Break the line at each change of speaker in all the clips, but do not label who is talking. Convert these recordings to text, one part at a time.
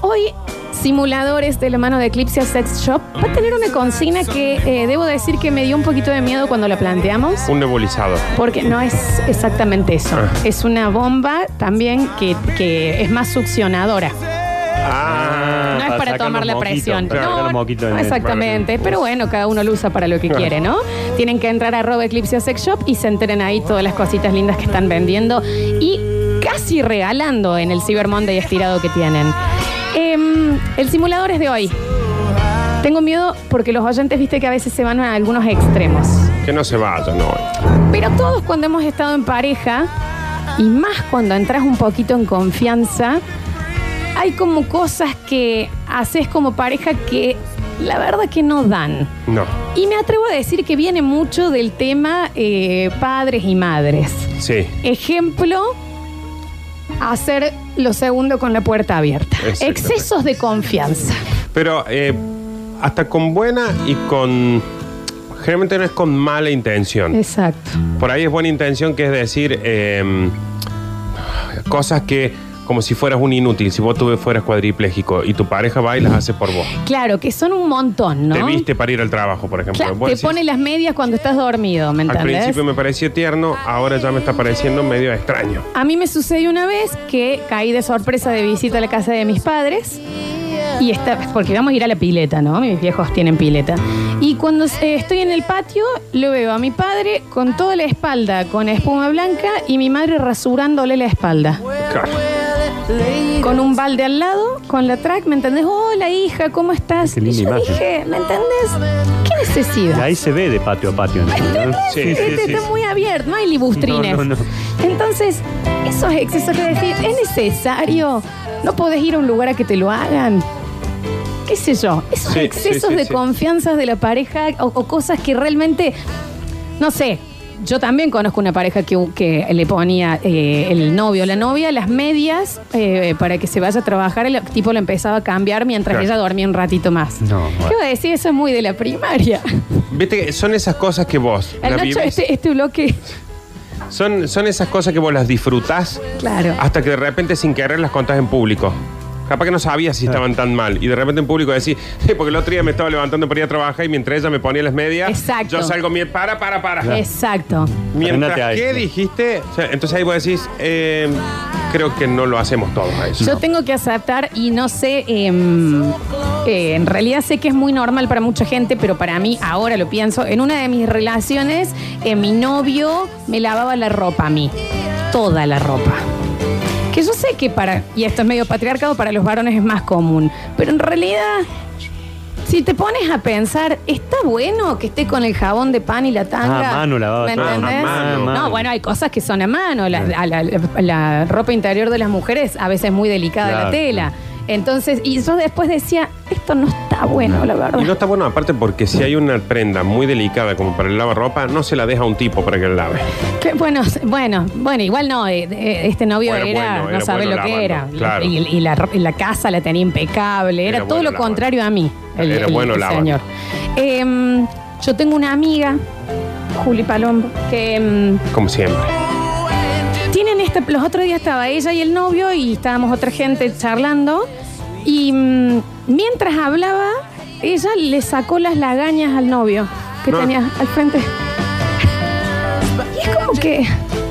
Hoy, simuladores de la mano de Eclipse Sex Shop va a tener una consigna que eh, debo decir que me dio un poquito de miedo cuando la planteamos.
Un nebulizador.
Porque no es exactamente eso.
Ah.
Es una bomba también que, que es más succionadora.
Ah,
No es para
sacar
tomar
los
la
moquitos,
presión.
para sacar
No,
los moquitos
no,
en el-
exactamente. Pero bueno, cada uno lo usa para lo que quiere, ¿no? Tienen que entrar a arroba Eclipse Sex Shop y se enteren ahí todas las cositas lindas que están vendiendo y casi regalando en el Cyber Monday estirado que tienen. Em, el simulador es de hoy. Tengo miedo porque los oyentes, viste que a veces se van a algunos extremos.
que no se vaya, no.
Pero todos cuando hemos estado en pareja, y más cuando entras un poquito en confianza, hay como cosas que haces como pareja que la verdad que no dan.
No.
Y me atrevo a decir que viene mucho del tema eh, padres y madres.
Sí.
Ejemplo, hacer lo segundo con la puerta abierta.
Exactamente.
Excesos de confianza.
Pero eh, hasta con buena y con. Generalmente no es con mala intención.
Exacto.
Por ahí es buena intención, que es decir eh, cosas que, como si fueras un inútil, si vos tú fueras cuadripléjico y tu pareja va y las hace por vos.
Claro, que son un montón, ¿no?
Te viste para ir al trabajo, por ejemplo.
Claro,
Vos
te
decís,
pone las medias cuando estás dormido, ¿me
al
entendés?
principio me pareció tierno, ahora ya me está pareciendo medio extraño.
A mí me sucedió una vez que caí de sorpresa de visita a la casa de mis padres. Y está, porque vamos a ir a la pileta, ¿no? Mis viejos tienen pileta. Y cuando eh, estoy en el patio, lo veo a mi padre con toda la espalda, con espuma blanca, y mi madre rasurándole la espalda.
Claro.
Con un balde al lado, con la track, ¿me entendés? Hola hija, ¿cómo estás?
Qué
Y
linda
yo
imagen.
dije, ¿me entendés? ¿Qué
Y
necesidad?
ahí se ve de patio a patio. ¿entendés?
Sí, sí,
Este
sí.
está muy abierto, no hay libustrines.
No, no, no.
Entonces, esos excesos que decir, ¿es necesario? ¿No podés ir a un lugar a que te lo hagan? ¿Qué sé yo? Esos
Sí,
excesos
sí, sí,
de
sí.
confianza de la pareja o, o cosas que realmente, no sé. Yo también conozco una pareja que, que le ponía eh, el novio o la novia las medias eh, para que se vaya a trabajar. El tipo lo empezaba a cambiar mientras
Claro.
ella dormía un ratito más.
No, bueno.
¿Qué va a decir? Eso es muy de la primaria.
Viste que son esas cosas que vos
El
la
Nacho,
vivís.
este, este bloque.
Son, son esas cosas que vos las disfrutás
Claro.
hasta que de repente sin querer las contás en público. Capaz que no sabías si estaban tan mal. Y de repente en público decís, "Eh, porque el otro día me estaba levantando para ir a trabajar y mientras ella me ponía las medias,
Exacto.
yo salgo, mi- para, para, para.
Exacto.
Mientras
Frenate a
que
esto.
dijiste, o sea, entonces ahí vos decís, eh, creo que no lo hacemos todos a eso.
Yo tengo que aceptar y no sé, em, eh, en realidad sé que es muy normal para mucha gente, pero para mí ahora lo pienso, en una de mis relaciones, eh, mi novio me lavaba la ropa a mí, toda la ropa. Que yo sé que para, y esto es medio patriarcado, para los varones es más común, pero en realidad... Si te pones a pensar, ¿está bueno que esté con el jabón de pan y la tanga?
Ah, a mano lavaba
¿Me
todo. Ah,
entendés?
A mano.
No,
Mano.
bueno, hay cosas que son a mano. La, a la- la ropa interior de las mujeres a veces muy delicada la
Claro.
tela. Entonces, y yo después decía, esto no está bueno, la verdad.
Y no está bueno aparte porque si hay una prenda muy delicada como para el lavarropa, no se la deja a un tipo para que la lave.
Que, bueno, bueno, bueno, igual no, eh, eh, este novio
Bueno,
era,
bueno, era
no sabe
bueno
lo que era.
lavando, claro.
Y, y la, ro- y la casa la tenía impecable, era,
Era
todo
bueno
lo
lavando.
contrario a mí. El,
Era
el-
bueno
el
lavando.
señor. Em, yo tengo una amiga, Juli Palombo, que... em,
Como siempre.
Tienen este, los otros días estaba ella y el novio y estábamos otra gente charlando y mm, mientras hablaba ella le sacó las lagañas al novio que
No.
tenía al frente. Y es como que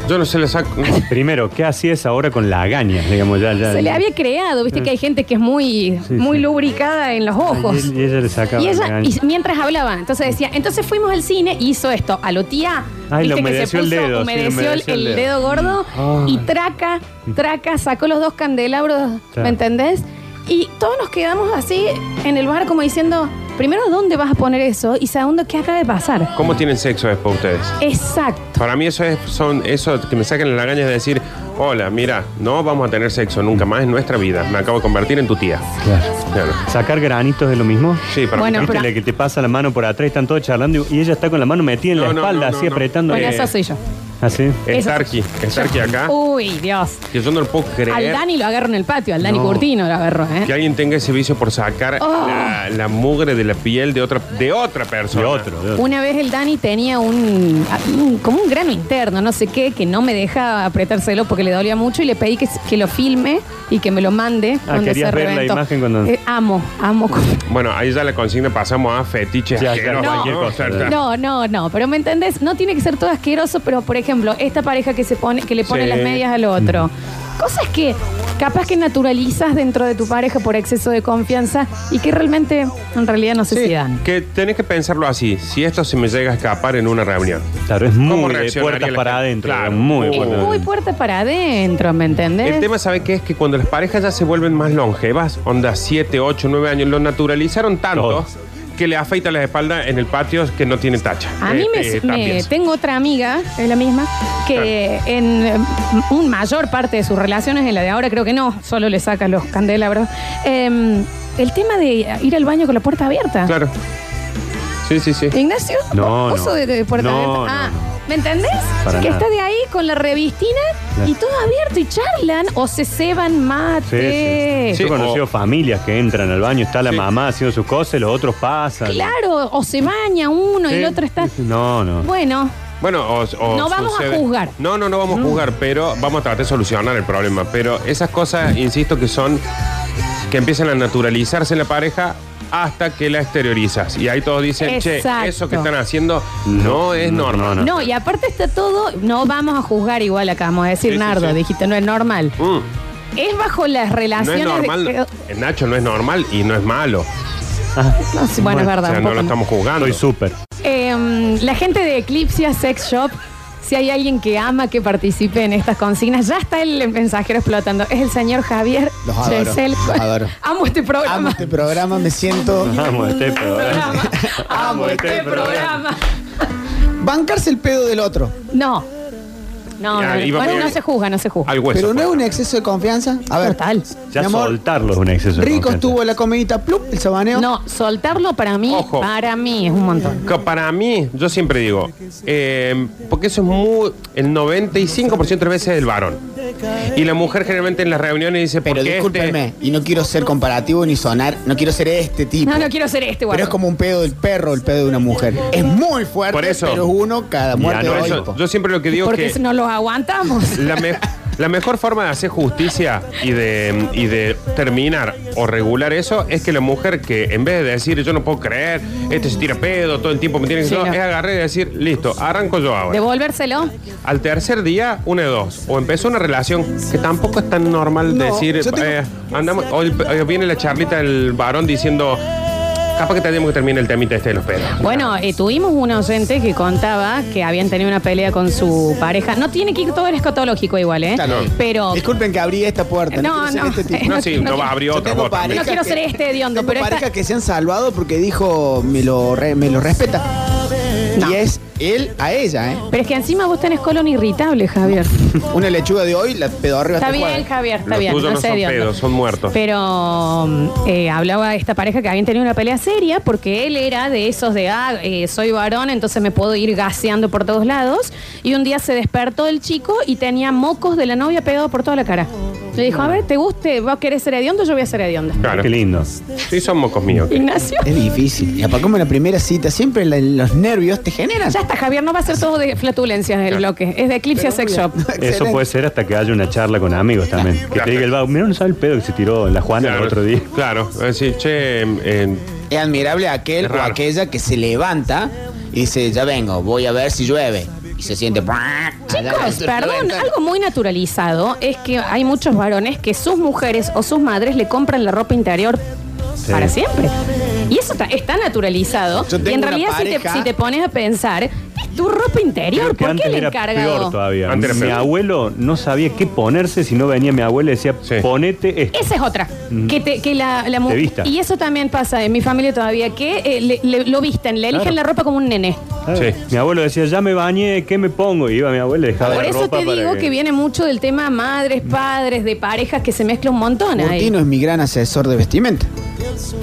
Yo no se le saco.
Primero, ¿qué hacías ahora con la gaña? Digamos, ya, ya.
se le había creado, viste que hay gente que es muy,
Sí,
muy
sí.
lubricada en los ojos.
Y, y ella le sacaba
Y
la
ella,
gaña.
y mientras hablaba, entonces decía, entonces fuimos al cine y hizo esto, a lo tía,
Ay, le
viste que se
humedeció
puso,
el dedo, sí,
humedeció,
le humedeció
el,
el
dedo,
dedo. Mm.
gordo
Ay.
y traca, traca, sacó los dos candelabros,
Claro.
¿me entendés? Y todos nos quedamos así en el bar como diciendo, primero, ¿dónde vas a poner eso? Y segundo, ¿qué acaba de pasar?
¿Cómo tienen sexo después ustedes?
Exacto.
Para mí eso es, son, eso que me saquen las lagañas de decir, hola, mira, no vamos a tener sexo nunca más en nuestra vida. Me acabo de convertir en tu tía.
Claro.
Claro.
¿Sacar granitos de lo mismo?
Sí, para
Bueno,
mí.
¿Viste
pero-
la que te pasa la mano por atrás y están todos charlando y y ella está con la mano metida en
No,
la
no,
espalda,
no, no,
así
no.
apretando?
Bueno,
Eh,
eso soy yo.
¿Ah, sí?
Eso. Uh,
Starkey, Starkey
Ah.
acá.
Uy, Dios.
Que yo no lo puedo
Al
creer.
Dani lo agarro en el patio, al Dani
No.
Curtino lo agarro, ¿eh?
Que alguien tenga ese vicio por sacar
Oh.
la, la mugre de la piel de otra, de otra persona.
De otro, de otro.
Una vez el Dani tenía un, un- como un grano interno, no sé qué, que no me deja apretárselo porque le dolía mucho y le pedí que, que lo filme y que me lo mande
Ah,
cuando
querías
se
ver la
reventó.
imagen cuando-
Eh, amo, amo.
Bueno, ahí ya la consigna pasamos a fetiches.
Ya,
asquerosos,
claro, cualquier
¿no?
cosa,
O sea,
No, no, no, pero ¿me entendés? No tiene que ser todo asqueroso, pero por ejemplo, esta pareja que se pone que le pone
Sí.
las medias al otro.
Mm.
Cosas que capaz que naturalizas dentro de tu pareja por exceso de confianza y que realmente en realidad no se
Sí,
dan.
que tenés que pensarlo así. Si esto se me llega a escapar en una reunión.
Claro, es
¿Cómo
muy de
reaccionaría
puertas
la
para
gente?
adentro.
Claro.
Muy
Es
Es
puertas.
muy puerta para adentro, ¿me entendés?
El tema, ¿sabe qué? Es que cuando las parejas ya se vuelven más longevas, onda 7, 8, 9 años, lo naturalizaron tanto
Todo.
que le afeita la espalda en el patio que no tiene tacha.
A
Eh,
mí me,
eh,
me-
también.
tengo otra amiga, es la misma, que en eh, un mayor parte de sus relaciones, en la de ahora creo que no, solo le saca los candelabros. em, el tema de ir al baño con la puerta abierta.
Claro. Sí, sí, sí.
Ignacio,
No,
¿vos
no.
sos de, de puerta
No,
abierta.
no,
ah,
no.
¿me entendés?
Para
que
nada.
está de ahí con la revistina
Claro.
y todo abierto y charlan o se ceban mate.
Sí, sí. Yo he conocido familias que entran al baño, está la
Sí.
mamá haciendo sus cosas y los otros pasan.
Claro, o se baña uno y
Sí.
el otro está.
No, no.
Bueno,
Bueno, o, o
No vamos a juzgar.
No, no, no vamos a juzgar, pero vamos a tratar de solucionar el problema. Pero esas cosas, insisto, que son que empiezan a naturalizarse en la pareja hasta que la exteriorizas. Y ahí todos dicen,
Exacto.
che, eso que están haciendo no es
no,
normal.
No, y aparte está todo, no vamos a juzgar igual acá, vamos a decir,
Sí, sí,
Nardo,
sí.
dijiste, no es normal.
Mm,
Es bajo las
no
relaciones...
es
de-
normal.
eh,
eh, Nacho no es normal y no es malo.
Ah,
no, sí, bueno, es verdad.
o sea,
un
no
poco
lo estamos juzgando.
Estoy súper.
Eh, la gente de Eclipsia Sex Shop, si hay alguien que ama que participe en estas consignas, ya está el mensajero explotando. Es el señor Javier
Los adoro,
Chesel.
los adoro.
Amo este programa.
Amo este programa, me
Ah,
siento.
Vamos, este programa.
programa. Amo este programa.
Bancarse el pedo del otro.
No. No,
Ya,
no, no.
iba
Bueno,
bien.
no se juzga, no se juzga.
Al hueso.
Pero no
pues.
es un exceso de confianza. A ver.
Total.
Ya
Mi amor,
soltarlo es un exceso. de
Rico
confianza.
estuvo la comidita, plup, el sabaneo.
No, soltarlo para mí,
Ojo.
para mí es un montón.
Que Para mí, yo siempre digo, eh, porque eso es muy. El 95% de las veces es el varón. Y la mujer generalmente en las reuniones dice, este
Pero
porque
discúlpenme, y no quiero ser comparativo ni sonar, no quiero ser este tipo.
No, no quiero ser este, guarda.
Pero es como un pedo del perro, el pedo de una mujer. Es muy fuerte,
Por eso.
pero es uno cada muerte.
no,
de
Por eso,
Olimpo.
yo siempre lo que digo
Porque
es que
no los aguantamos.
la, me- la mejor forma de hacer justicia y de, y de terminar o regular eso es que la mujer que en vez de decir yo no puedo creer, este se tira pedo, todo el tiempo me tiene que
Sí,
no,
no.
es agarrar y decir, listo, arranco yo ahora.
Devolvérselo.
Al tercer día, una de dos. O empezó una relación que tampoco es tan normal
No,
decir.
yo tengo-
eh, andamos, hoy, hoy viene la charlita del varón diciendo. Capaz que tenemos que terminar el temita este de los pedos.
Bueno, eh, tuvimos un oyente que contaba que habían tenido una pelea con su pareja. No tiene que ir todo el escatológico igual, ¿eh?
Claro.
Pero
Disculpen que abrí esta puerta.
No,
No, quiero ser
no.
este tipo.
no, sí,
no
no, va a abrir
Yo
otra
tengo
bota.
parejas
No quiero
que-
ser este hediondo,
tengo
pero esta-
parejas que se han salvado porque dijo, me lo, re- me lo respeta.
No.
Y es él a ella, ¿eh?
Pero es que encima vos tenés colon irritable, Javier.
Una lechuga de hoy, la pedo arriba
Está
hasta el
bien,
jueves.
Javier, está
Los
bien.
tuyos no
sé
son
hediondo.
pedos, son muertos.
Pero mm, eh, hablaba esta pareja que habían tenido una pelea seria porque él era de esos de, ah, eh, soy varón, entonces me puedo ir gaseando por todos lados. Y un día se despertó el chico y tenía mocos de la novia pegado por toda la cara. Le dijo, a ver, ¿te guste? ¿Vos querés ser hediondo? Yo voy a ser hediondo.
Claro.
Qué lindo.
Sí, son mocos míos.
Ignacio.
Es difícil. Y aparte como en la primera cita, siempre la- los nervios te generan.
Ya está, Javier, no va a ser todo de flatulencias el bloque. Es de Eclipse Sex Shop.
Eso puede ser hasta que haya una charla con amigos también. Que te diga el vago, mira, no sabe el pedo que se tiró la Juana
Claro,
el Ah, otro día.
Claro. Es decir, che, em, em,
Es admirable aquel
Es
o
raro.
aquella que se levanta y dice, ya vengo, voy a ver si llueve. Y se siente...
Chicos, perdón, algo muy naturalizado es que hay muchos varones que sus mujeres o sus madres le compran la ropa interior
Sí.
para siempre. Y eso está, está naturalizado.
Yo tengo
Y en
una
realidad, si te,
pareja-
si te pones a pensar, es tu ropa interior.
Creo que
¿Por qué
antes
le
era peor
encargado?
todavía.
Antes era
mi
peor.
abuelo no sabía qué ponerse si no venía mi abuela y decía,
Sí.
ponete esto.
Esa es otra. Que, te, que la, la mu-
Te vista.
Y eso también pasa en mi familia todavía, que eh, le- le- lo visten, le eligen
Claro.
la ropa como un nené.
Ah,
Sí.
Mi abuelo decía, ya me bañé, ¿qué me pongo? Y iba mi abuela y dejaba
Por
la
eso
ropa
te
para
digo que... viene mucho del tema madres, padres, de parejas que se mezcla un montón ahí.
Martino es mi gran asesor de vestimenta.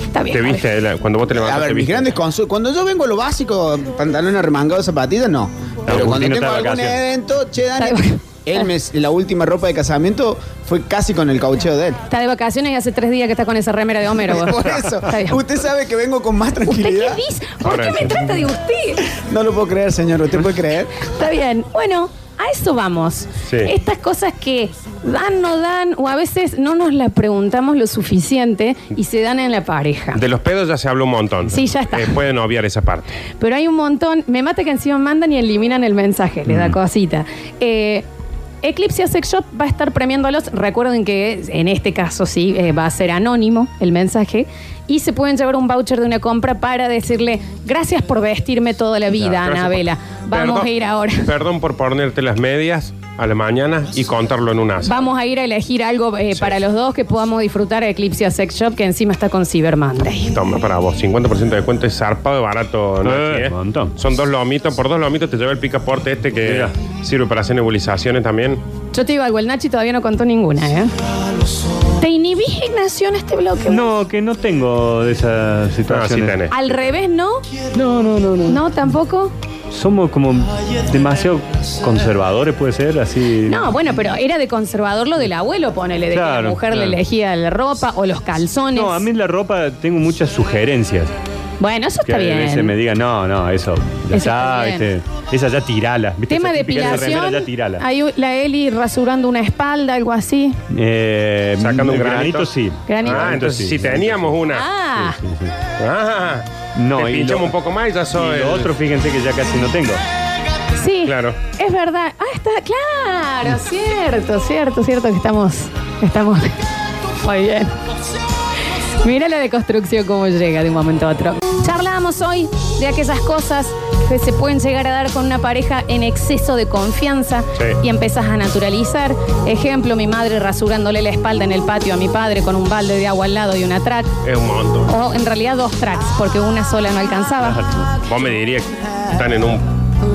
Está bien.
te
Javier.
viste, la- cuando vos te
A
levantaste.
ver, mis grandes consultas. Cuando yo vengo a lo básico, pantalón arremangado, zapatillas, no. Pero cuando
Agustín
tengo
no está de
algún
vacaciones.
evento, che, Dani,
Está de vac-
él me- la última ropa de casamiento fue casi con el caucheo de él.
Está de vacaciones y hace tres días que está con esa remera de Homero. vos.
Por eso,
Está bien.
usted sabe que vengo con más
¿Usted
tranquilidad.
qué dice? ¿Por qué
Ahora
me
sí.
trata de usted?
No lo puedo creer, señor. ¿Usted puede creer?
Está bien. Bueno, a eso vamos.
Sí.
Estas cosas que dan, no dan, o a veces no nos las preguntamos lo suficiente y se dan en la pareja.
De los pedos ya se habló un montón.
Sí, ya está.
Eh, pueden obviar esa parte.
Pero hay un montón. Me mata que encima mandan y eliminan el mensaje. Le da cosita. Eh, Eclipse Sex Shop va a estar premiándolos. Recuerden que en este caso sí eh, va a ser anónimo el mensaje. Y se pueden llevar un voucher de una compra para decirle gracias por vestirme toda la vida,
Gracias
Anabela.
por-
Vamos
Perdón-
a ir ahora.
Perdón por ponerte las medias a la mañana y contarlo en un asa.
Vamos a ir a elegir algo eh, para los dos que podamos disfrutar de Eclipse Sex Shop, que encima está con Cyber Monday.
Toma para vos, 50% de descuento es zarpado de barato, ¿no?
Eh,
Sí, ¿eh?
montón.
Son dos lomitos, por dos lomitos te lleva el picaporte este que
Mira.
sirve para hacer nebulizaciones también.
Yo te digo algo, el Nachi todavía no contó ninguna, ¿eh? ¿Te inhibís, Ignacio, en este bloque?
No, que no tengo de esas
Ah, sí
situaciones.
tenés.
Al revés, ¿no?
no, no, no, no.
¿No tampoco?
Somos como demasiado conservadores, puede ser, así.
No, bueno, pero era de conservador lo del abuelo, ponele, de que la
Claro,
mujer
claro.
le elegía la ropa o los calzones.
No, a mí la ropa tengo muchas sugerencias.
Bueno, eso
Que
está
a
bien.
veces me digan, no, no, eso,
Eso
ya
está
está,
bien.
viste, esa ya tirala. ¿viste?
Tema
Esa
de
típica
depilación.
remera, ya tirala.
Hay u- la Eli rasurando una espalda, algo así.
Eh,
Sacando un
el
granito.
sí.
Granito.
Ah, entonces si teníamos una.
Ah,
Sí, sí, sí.
Ah,
No,
te
y
pinchamos
lo-
un poco más y ya soy.
Y
el-
lo otro, fíjense que ya casi no tengo.
sí.
Claro.
Es verdad. Ah, está. Claro, cierto, cierto, cierto que estamos. Estamos. Muy bien. Mira la deconstrucción cómo llega de un momento a otro. Charlábamos hoy de aquellas cosas que se pueden llegar a dar con una pareja en exceso de confianza
Sí.
y empezás a naturalizar. Ejemplo, mi madre rasurándole la espalda en el patio a mi padre con un balde de agua al lado y una track.
Es un montón.
O en realidad dos tracks, porque una sola no alcanzaba.
Vos me dirías que están en un-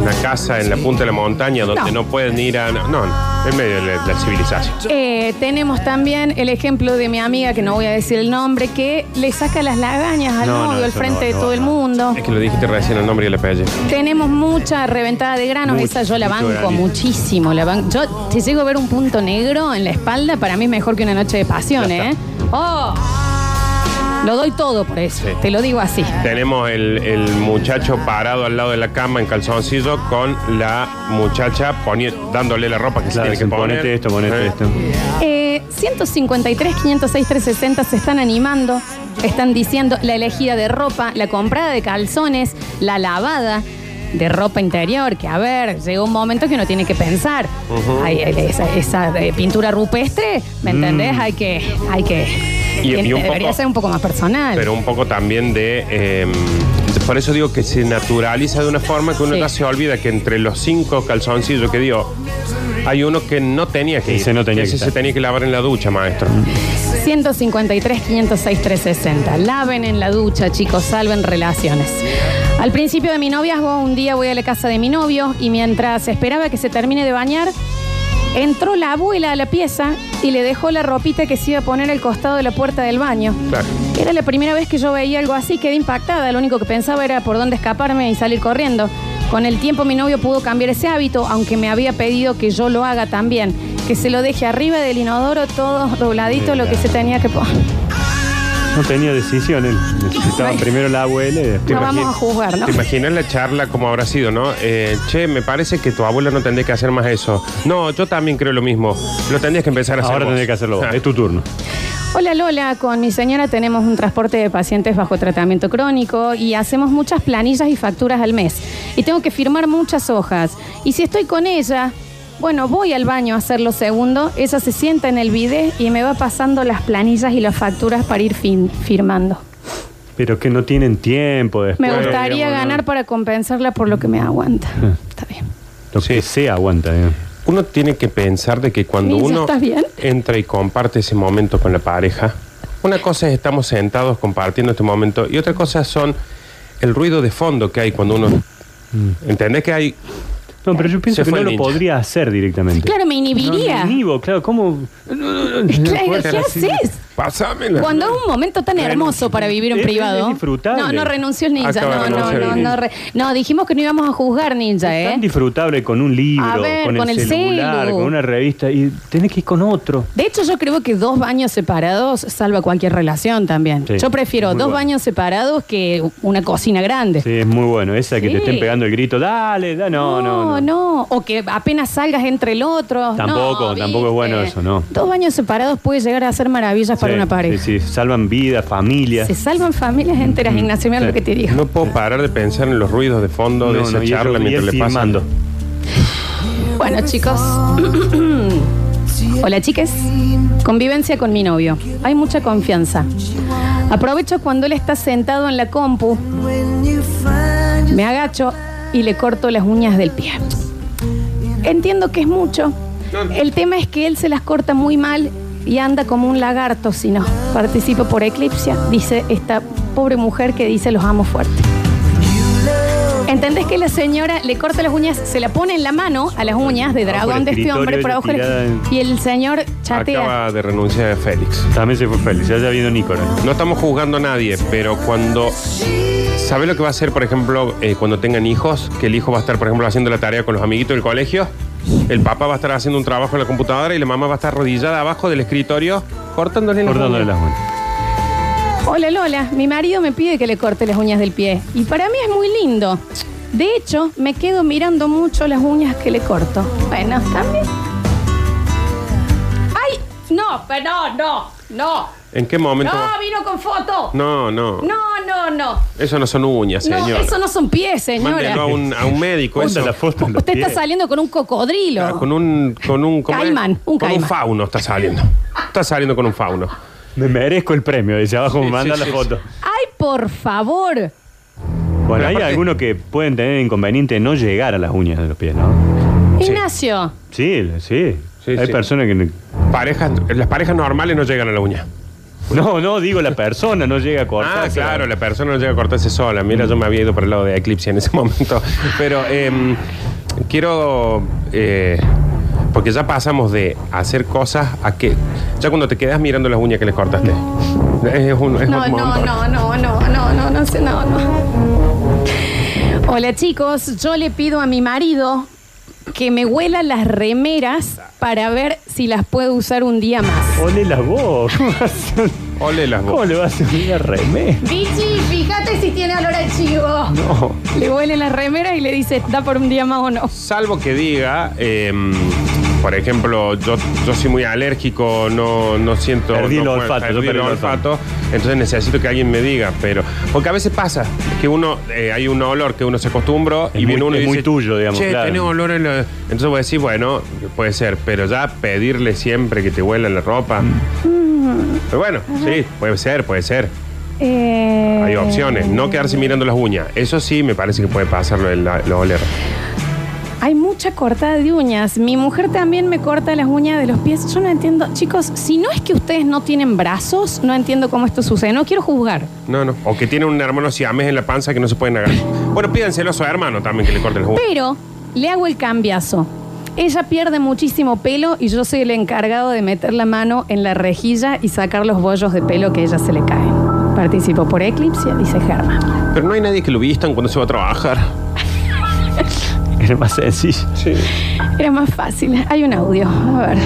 una casa en la punta de la montaña donde
No.
no, pueden ir a. No, no, en medio de la, de la civilización.
Eh, tenemos también el ejemplo de mi amiga, que no voy a decir el nombre, que le saca las lagañas al
No, no,
novio al
eso
frente
no,
de
no,
todo el
no.
mundo.
Es que lo dijiste recién el nombre y el apellido.
Tenemos mucha reventada de granos,
Mucho,
esa yo la
mucho
banco
granito.
muchísimo. La ban- yo, si llego a ver un punto negro en la espalda, para mí es mejor que una noche de pasión,
Ya está.
¿eh? ¡Oh! Lo doy todo por eso,
Sí.
te lo digo así.
Tenemos el, el muchacho parado al lado de la cama en calzoncillo con la muchacha poni- dándole la ropa que
Claro,
se tiene que
dicen,
poner.
ponete esto, ponete
Eh,
esto.
Eh, 153, 506, 360 se están animando, están diciendo la elegida de ropa, la comprada de calzones, la lavada de ropa interior, que a ver, llega un momento que uno tiene que pensar. Ay, ay, esa esa, eh, pintura rupestre, ¿me entendés? Hay que... Hay
Mm.
que
Y-
tiene-
y un
debería
poco-
ser un poco más personal.
Pero un poco también de... eh, por eso digo que se naturaliza de una forma que uno
Sí.
ya se olvida que entre los cinco calzoncillos que dio, hay uno que no tenía que ir.
Ese no tenía que
se
estar. Mm.
tenía que lavar en la ducha, maestro.
153, 506, 360. Laven en la ducha, chicos, salven relaciones. Al principio de mi noviazgo, un día voy a la casa de mi novio y mientras esperaba que se termine de bañar, entró la abuela a la pieza y le dejó la ropita que se iba a poner al costado de la puerta del baño.
Claro.
Era la primera vez que yo veía algo así, quedé impactada. Lo único que pensaba era por dónde escaparme y salir corriendo. Con el tiempo mi novio pudo cambiar ese hábito, aunque me había pedido que yo lo haga también. Que se lo deje arriba del inodoro todo dobladito lo que se tenía que poner.
No tenía decisiones. Necesitaba
Ay.
primero la abuela y después.
No vamos a juzgar, ¿no?
¿Te imaginas la charla como habrá sido, no? Eh, che, me parece que tu abuela no tendría que hacer más eso. No, yo también creo lo mismo. Lo tendrías que empezar a hacer.
Ahora
vos.
tendría que hacerlo. vos.
Ah.
Es tu turno.
Hola Lola, con mi señora tenemos un transporte de pacientes bajo tratamiento crónico y hacemos muchas planillas y facturas al mes. Y tengo que firmar muchas hojas. Y si estoy con ella, bueno, voy al baño a hacerlo segundo, ella se sienta en el bidet y me va pasando las planillas y las facturas para ir fin- firmando.
Pero que no tienen tiempo después.
Me gustaría
digamos, no.
ganar para compensarla por lo que me aguanta. Está bien.
Lo que sea aguanta. eh.
Uno tiene que pensar de que cuando
Ninja,
uno
¿estás bien?
entra y comparte ese momento con la pareja, una cosa es estamos sentados compartiendo este momento y otra cosa son el ruido de fondo que hay cuando uno...
Mm.
¿Entendés que hay?
No, pero yo pienso
Se
que
fue
no
el
lo
ninja.
podría hacer directamente.
Claro, me
No, me
inhibiría.
inhibo, claro, ¿cómo?
Claro, ¿qué
Fuerte,
haces?
Pásamela.
Cuando es un momento tan hermoso para vivir en
Es- es
privado.
disfrutable.
No, no renunció el ninja.
Acaba
No,
de
no,
renunciar
no,
el
no,
ninja.
re- no, dijimos que no íbamos a juzgar ninja,
Es
¿eh?
tan disfrutable con un
A
libro,
ver,
con,
con el
el celular,
celu.
con una revista y tenés que ir con otro.
De hecho, yo creo que dos baños separados salva cualquier relación también.
Sí,
yo prefiero
muy
dos
bueno.
baños separados que una cocina grande.
Sí, es muy bueno. Esa que
Sí.
te estén pegando el grito, dale, da, no, no. no.
no. O que apenas salgas entre el otro.
Tampoco,
No,
tampoco es bueno
¿viste?
eso, no.
Dos baños separados puede llegar a hacer maravillas para
Sí,
una pareja.
Sí, sí, salvan vida, familia.
Se salvan familias enteras, Ignacio, mira
Sí.
lo que te digo.
No puedo parar de pensar en los ruidos de fondo de
No,
esa
no, y ellos-
charla
y
mientras
él
le pasan.
firmando.
Bueno, chicos. Hola, chiques. Convivencia con mi novio. Hay mucha confianza. Aprovecho cuando él está sentado en la compu. Me agacho y le corto las uñas del pie. Entiendo que es mucho. El tema es que él se las corta muy mal y anda como un lagarto si no participa por eclipsia, dice esta pobre mujer que dice los amo fuerte. ¿Entendés que la señora le corta las uñas, se la pone en la mano a las uñas de dragón
el
de este
escritorio,
hombre por
ella
abajo del-
tirada en-
y el señor chatea?
Acaba de renunciar a Félix.
También se fue feliz, ya haya habido Nicolás.
No estamos juzgando a nadie, pero cuando. ¿Sabe lo que va a hacer, por ejemplo, eh, cuando tengan hijos? Que el hijo va a estar, por ejemplo, haciendo la tarea con los amiguitos del colegio. El papá va a estar haciendo un trabajo en la computadora y la mamá va a estar arrodillada abajo del escritorio cortándole las
Cortándole
uñas.
las manos.
Hola Lola, mi marido me pide que le corte las uñas del pie y para mí es muy lindo. De hecho, me quedo mirando mucho las uñas que le corto. Bueno, también. ¡Ay! No, pero no, no, no.
¿En qué momento?
No, vino con foto.
No, no.
No, no, no.
Eso no son uñas,
No,
señor.
eso no son pies, señora.
Mándelo a un, a un médico.
Manda
eso.
la foto en los
Usted está
pies.
saliendo con un
Ah,
cocodrilo.
Con un. Con un ¿cómo es?
Caimán,
con
un caimán.
un fauno está saliendo. Está saliendo con un fauno.
Me merezco el premio, dice abajo,
Sí,
me manda
sí,
la
sí,
foto.
Ay, por favor.
Bueno, hay
aparte-
algunos que pueden tener inconveniente de no llegar a las uñas de los pies, ¿no?
Sí.
Ignacio,
Sí, sí.
Sí,
hay
sí.
personas que...
Parejas, las parejas normales no llegan a la uña.
No, no, digo la persona, no llega a cortar.
Ah, claro, la persona no llega a cortarse sola. Mira, yo me había ido por el lado de Eclipse en ese momento. Pero em, quiero. eh, porque ya pasamos de hacer cosas a que. Ya cuando te quedas mirando las uñas que les cortaste. Es un, es
No,
un
no,
montón.
no, no, no, no, no, no sé, no, no. Hola chicos, yo le pido a mi marido que me huela las remeras para ver si las puedo usar un día más.
Ole la voz. ¿Cómo, vas a-
Ole las
cómo
vos.
le vas a subir a remera?
Bichi, fíjate si tiene olor a chivo.
No.
Le huele las remeras y le dice, ¿da por un día más o no?
Salvo que diga. em, por ejemplo, yo, yo soy muy alérgico, no, no siento...
Perdí
no
el
puedo-
olfato, yo
perdí el
perdí el
olfato, entonces necesito que alguien me diga, pero... Porque a veces pasa que uno, eh, hay un olor que uno se acostumbró y
Es
viene
muy-
uno y
es muy
dice,
tuyo, digamos,
Che,
claro".
tenés olor en la-". Entonces voy a decir, bueno, puede ser, pero ya pedirle siempre que te huela la ropa... Pero bueno, sí, puede ser, puede ser.
Eh,
Hay opciones. No quedarse mirando las uñas. Eso sí me parece que puede pasar lo, de la- lo oler.
Hay mucha cortada de uñas. Mi mujer también me corta las uñas de los pies. Yo no entiendo. Chicos, si no es que ustedes no tienen brazos, no entiendo cómo esto sucede. No quiero juzgar.
No, no. O que tiene un hermano siamés en la panza que no se pueden agarrar. Bueno, pídanselo a su hermano también que le corten las uñas.
Pero le hago el cambiazo. Ella pierde muchísimo pelo y yo soy el encargado de meter la mano en la rejilla y sacar los bollos de pelo que a ella se le caen. Participo por Eclipse, dice Germán.
Pero no hay nadie que lo vistan cuando se va a trabajar.
Era más sencillo.
Era más fácil. Hay un audio. A ver.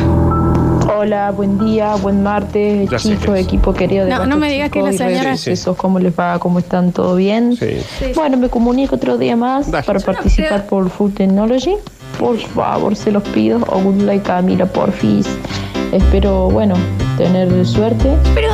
Hola, buen día, buen martes,
Ya sé
chicos,
que es.
equipo querido de
No,
Basta,
no me digas
chicos,
que la
y redes
señora-
Sí, sí.
sociales, ¿Cómo les va? ¿Cómo están? ¿Todo bien?
Sí.
Bueno, me comunico otro día más
Dale.
para
Yo
no
participar
creo-
por Food Technology. Por favor, se los pido. O good like Camila, porfis. Espero, bueno, tener suerte.
Pero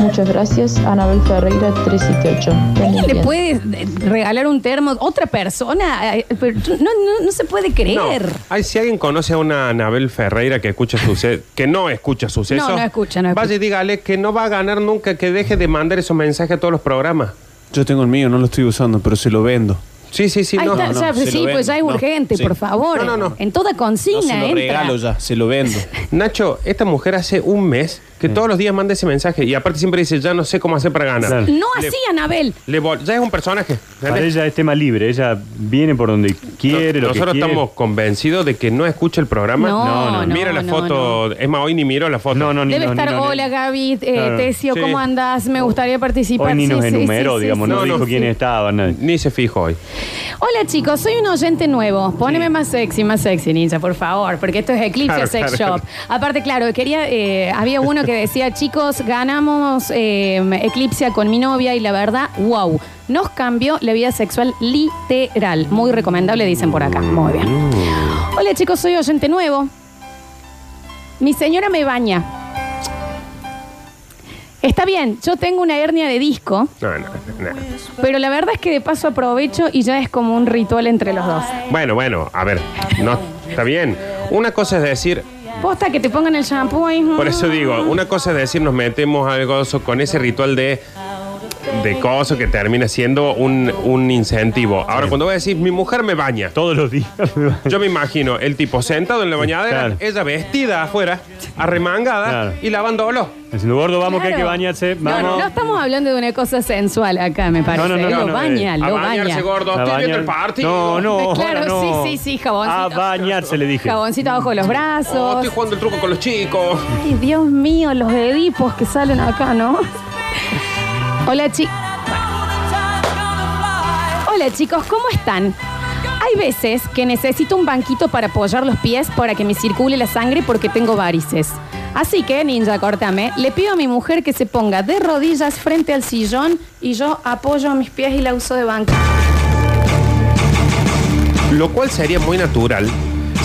Muchas gracias, Anabel Ferreira 378. Tengan
¿alguien
un
le
día.
puede eh, regalar un termo? ¿Otra persona? Eh, pero No, no, no se puede
No.
creer.
Ay, si alguien conoce a una Anabel Ferreira que escucha suceso, que no escucha suceso,
No, no escucha, no escucha.
vaya y dígale que no va a ganar nunca, que deje de mandar esos mensajes a todos los programas.
Yo tengo el mío, no lo estoy usando, pero se lo vendo.
Sí, sí, sí,
Ahí
no.
está,
no,
ya,
se lo
sí,
vendo.
pues ya es
No,
urgente,
sí.
por favor.
No, no, no.
En toda
No se
consigna
lo
entra.
regalo ya, se lo vendo.
Nacho, esta mujer hace un mes Que
Mm.
todos los días manda ese mensaje. Y aparte siempre dice, ya no sé cómo hacer para ganar.
Claro.
No
Le-
así, Anabel.
Le vol- ya es un personaje.
Para
¿entendés?
ella es tema libre, ella viene por donde quiere,
No-
lo que
Nosotros
quiere.
estamos convencidos de que no escucha el programa.
No, No, no, no.
Mira la
no,
foto. Es más, hoy ni miró la foto.
No, no, ni
Debe
no, ni
estar,
no, ni-
hola Gaby, eh,
Claro,
Tesio,
sí.
¿cómo andas? Me gustaría participar.
Hoy ni
Sí,
nos
sí,
enumeró,
sí, sí,
digamos,
sí,
no,
sí,
dijo
sí.
quién estaba. nada.
Ni se fijó hoy.
Hola chicos, soy un oyente nuevo. Póneme más sexy, más sexy, ninja, por favor, porque esto es Eclipse
Claro,
Sex
claro.
Shop. Aparte, claro, quería, eh, había uno que decía, chicos, ganamos eh, Eclipse con mi novia y la verdad, wow, nos cambió la vida sexual literal. Muy recomendable, dicen por acá. Muy bien.
Mm.
Hola chicos, soy oyente nuevo. Mi señora me baña. Está bien, yo tengo una hernia de disco.
No, no, no.
Pero la verdad es que de paso aprovecho y ya es como un ritual entre los dos.
Bueno, bueno, a ver. No, está bien. Una cosa es decir,
Posta que te pongan el shampoo ahí.
por eso digo, una cosa es decir, nos metemos al gozo con ese ritual de de coso que termina siendo un, un incentivo. Ahora, cuando voy a decir, mi mujer me baña,
Todos los días. me va-
yo me imagino el tipo sentado en la bañadera,
Claro.
ella vestida afuera, arremangada
Claro.
y lavándolo.
Diciendo, gordo, vamos que hay que
Claro.
bañarse,
No, No, no,
vamos.
estamos hablando de una cosa sensual acá, me parece.
No, no, no,
lo
no, no,
baña,
eh,
A
lo
bañarse,
baña.
gordo.
A
Estoy viendo
bañar-
el partido.
No, no,
Eh, Claro,
ahora no.
sí, sí, sí,
A
jaboncito.
bañarse, le dije.
Jaboncito abajo de los
Oh,
brazos.
estoy jugando el truco con los chicos.
Ay, Dios mío, los edipos que salen acá, ¿no? Hola, chi- Hola, chicos, ¿cómo están? Hay veces que necesito un banquito para apoyar los pies para que me circule la sangre porque tengo varices. Así que, ninja, córtame, le pido a mi mujer que se ponga de rodillas frente al sillón y yo apoyo mis pies y la uso de banco.
Lo cual sería muy natural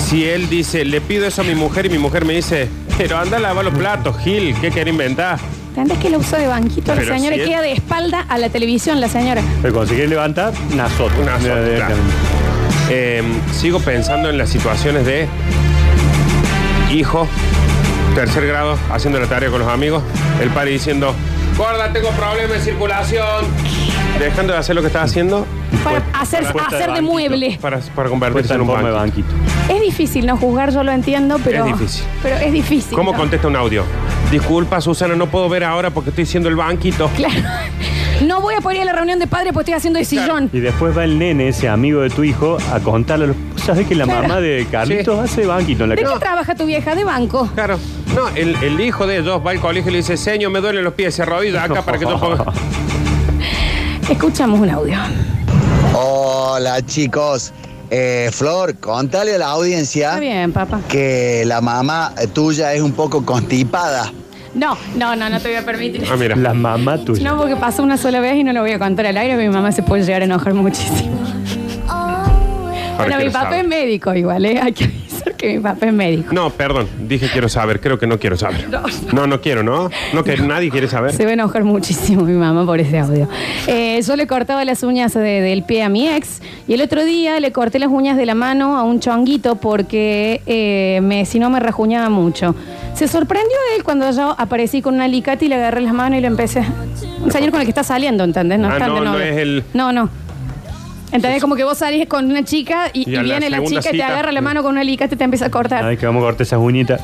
si él dice, le pido eso a mi mujer y mi mujer me dice, pero anda a lavar los platos, Gil, ¿qué quiere inventar?
¿Entendés que la uso de banquito la
Pero
señora?
si es-
Queda de espalda a la televisión la señora.
Pero cuando se quiere levantar, nosotros.
Una sola, claro. Eh, sigo pensando en las situaciones de hijo, tercer grado, haciendo la tarea con los amigos, el padre diciendo, gorda, tengo problema de circulación, dejando de hacer lo que estaba haciendo
Para hacer,
puesta de
hacer
banquito.
de mueble.
para, para convertirse en un
forma de
banco.
banquito.
Es difícil no juzgar, yo lo entiendo, pero.
Es difícil.
Pero es difícil.
¿Cómo
¿no?
contesta un audio? Disculpa, Susana, no puedo ver ahora porque estoy haciendo el banquito.
Claro. No voy a poder ir a la reunión de padre porque estoy haciendo de sillón.
Y después va el nene, ese amigo de tu hijo, a contarle. a los- ¿Vos ¿Sabés que la
Claro.
mamá de Carlitos
Sí.
hace banquito en la
¿De
casa?
qué trabaja tu vieja? De banco.
Claro. No, el, el hijo de ellos va al colegio y le dice, señor, me duelen los pies, se arrodilla acá para que yo ponga...
Escuchamos un audio.
Hola chicos, Eh, Flor, contale a la audiencia
Está bien, papá.
que la mamá tuya es un poco constipada.
No, no, no, no te voy a permitir.
Ah, mira.
La mamá tuya.
No, porque pasó una sola vez y no lo voy a contar al aire. Mi mamá se puede llegar a enojar muchísimo.
ahora
Bueno, mi
quiero
papá
saber.
es médico igual, ¿eh? Hay que avisar que mi papá es médico.
No, perdón, dije quiero saber, creo que no quiero saber.
No.
No, no quiero, ¿no? No, que nadie quiere saber.
Se va a enojar muchísimo mi mamá por ese audio. Eh, yo le cortaba las uñas de- del pie a mi ex y el otro día le corté las uñas de la mano a un chonguito porque eh, me, si no me rajuñaba mucho. Se sorprendió él cuando yo aparecí con un alicate y le agarré las manos y le empecé. Un señor con el que está saliendo, ¿entendés? No,
Ah,
están de
no, no
novio.
es el-
No, no. ¿Entendés? Como que vos salís con una chica y,
Y
y
a la
viene la,
segunda
chica y te
cita-
agarra la mano con un alicate y te empieza a cortar.
Ay, que vamos a cortar esas uñitas.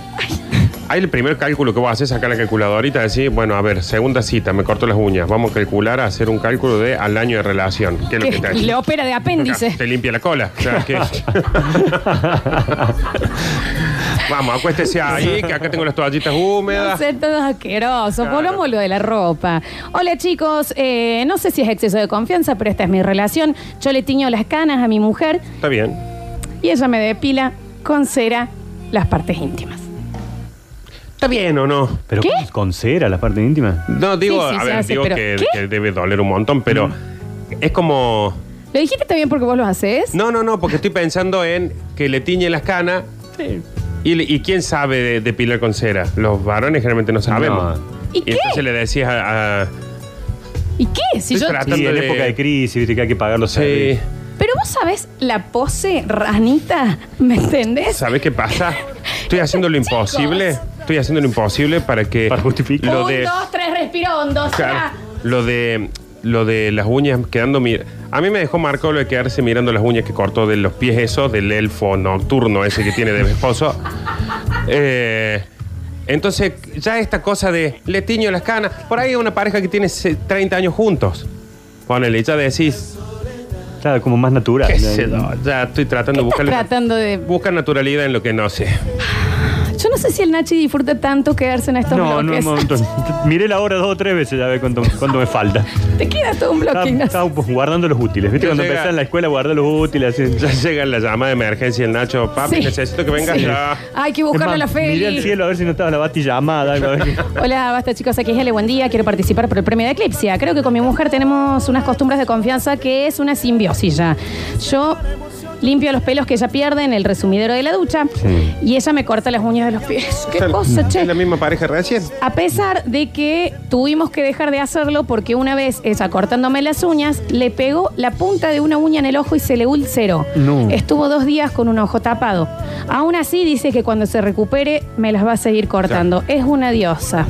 Ahí el primer cálculo que vos haces, sacar la calculadorita y decir, bueno, a ver, segunda cita, me corto las uñas, vamos a calcular, a hacer un cálculo de al año de relación. ¿Qué es lo que
Que
te
le opera de apéndice.
Te limpia la cola. O sea, que- Vamos, acuéstese ahí, que acá tengo las toallitas
No
húmedas.
sé, todo es asqueroso. Volvamos a lo de la ropa. Hola, chicos. Eh, no sé si es exceso de confianza, pero esta es mi relación. Yo le tiño las canas a mi mujer
Está bien.
y ella me depila con cera las partes íntimas.
¿Está bien o no?
Pero
¿Qué?
con cera, la parte íntima.
No, digo,
Sí, sí,
a
se
ver,
hace,
digo
pero
que,
¿qué?
que debe doler un montón, pero es como.
¿Lo dijiste también porque vos lo haces?
No, no, no, porque estoy pensando en que le tiñe las canas. Y, le- y quién sabe de, de pilar con cera? Los varones generalmente no sabemos.
No.
¿Y qué?
entonces le decías a. a-
¿Y qué? Si yo...
Estoy tratando
Sí, en
Ah, de-
época de crisis, viste que hay que pagar los
sí.
servicios.
Pero vos sabés la pose ranita, ¿me entendés?
¿Sabes qué pasa? Estoy haciendo lo imposible. Estoy haciendo lo imposible para que.
Para justificar.
Lo
Un,
de.
dos, tres, respiro hondo.
Claro,
será.
lo de lo de las uñas quedando mir a mí me dejó marcado lo de quedarse mirando las uñas que cortó de los pies esos del elfo nocturno ese que tiene de mi esposo Eh, Entonces, ya esta cosa de le tiño las canas, por ahí hay una pareja que tiene se- 30 años juntos. Ponele, y ya decís,
Claro, como más natural.
qué sé yo, ya estoy tratando de
Estás
buscar
tratando de.
busca naturalidad en lo que no sé.
Yo no sé si el Nachi disfruta tanto quedarse en estos
No, no,
bloques.
un montón. Miré la hora dos o tres veces ya ver cuánto, cuánto me falta.
Te queda todo un
Estaba,
bloque, Ignacio.
estaba, pues, guardando los útiles. ¿Viste?
Ya
Cuando
llega.
empezás en la escuela, guardé los útiles. Así.
Ya llega la llamada de emergencia y el Nacho, papi,
Sí.
necesito que vengas
Sí.
ya.
Hay que buscarle a la
Es más, Miré al
fe.
cielo a ver si no estaba la bati llamada. algo, a ver qué-
Hola, basta chicos, aquí es Ale, buen día. Quiero participar por el premio de Eclipsia. Creo que con mi mujer tenemos unas costumbres de confianza que es una simbiosis ya. Yo limpio los pelos que ella pierde en el resumidero de la ducha y ella me corta las uñas de los pies. Qué
Está-
cosa, che.
es la misma pareja recién.
A pesar de que tuvimos que dejar de hacerlo porque una vez esa cortándome las uñas, le pegó la punta de una uña en el ojo y se le ulceró.
No.
Estuvo dos días con un ojo tapado. Aún así dice que cuando se recupere me las va a seguir cortando. Es una diosa.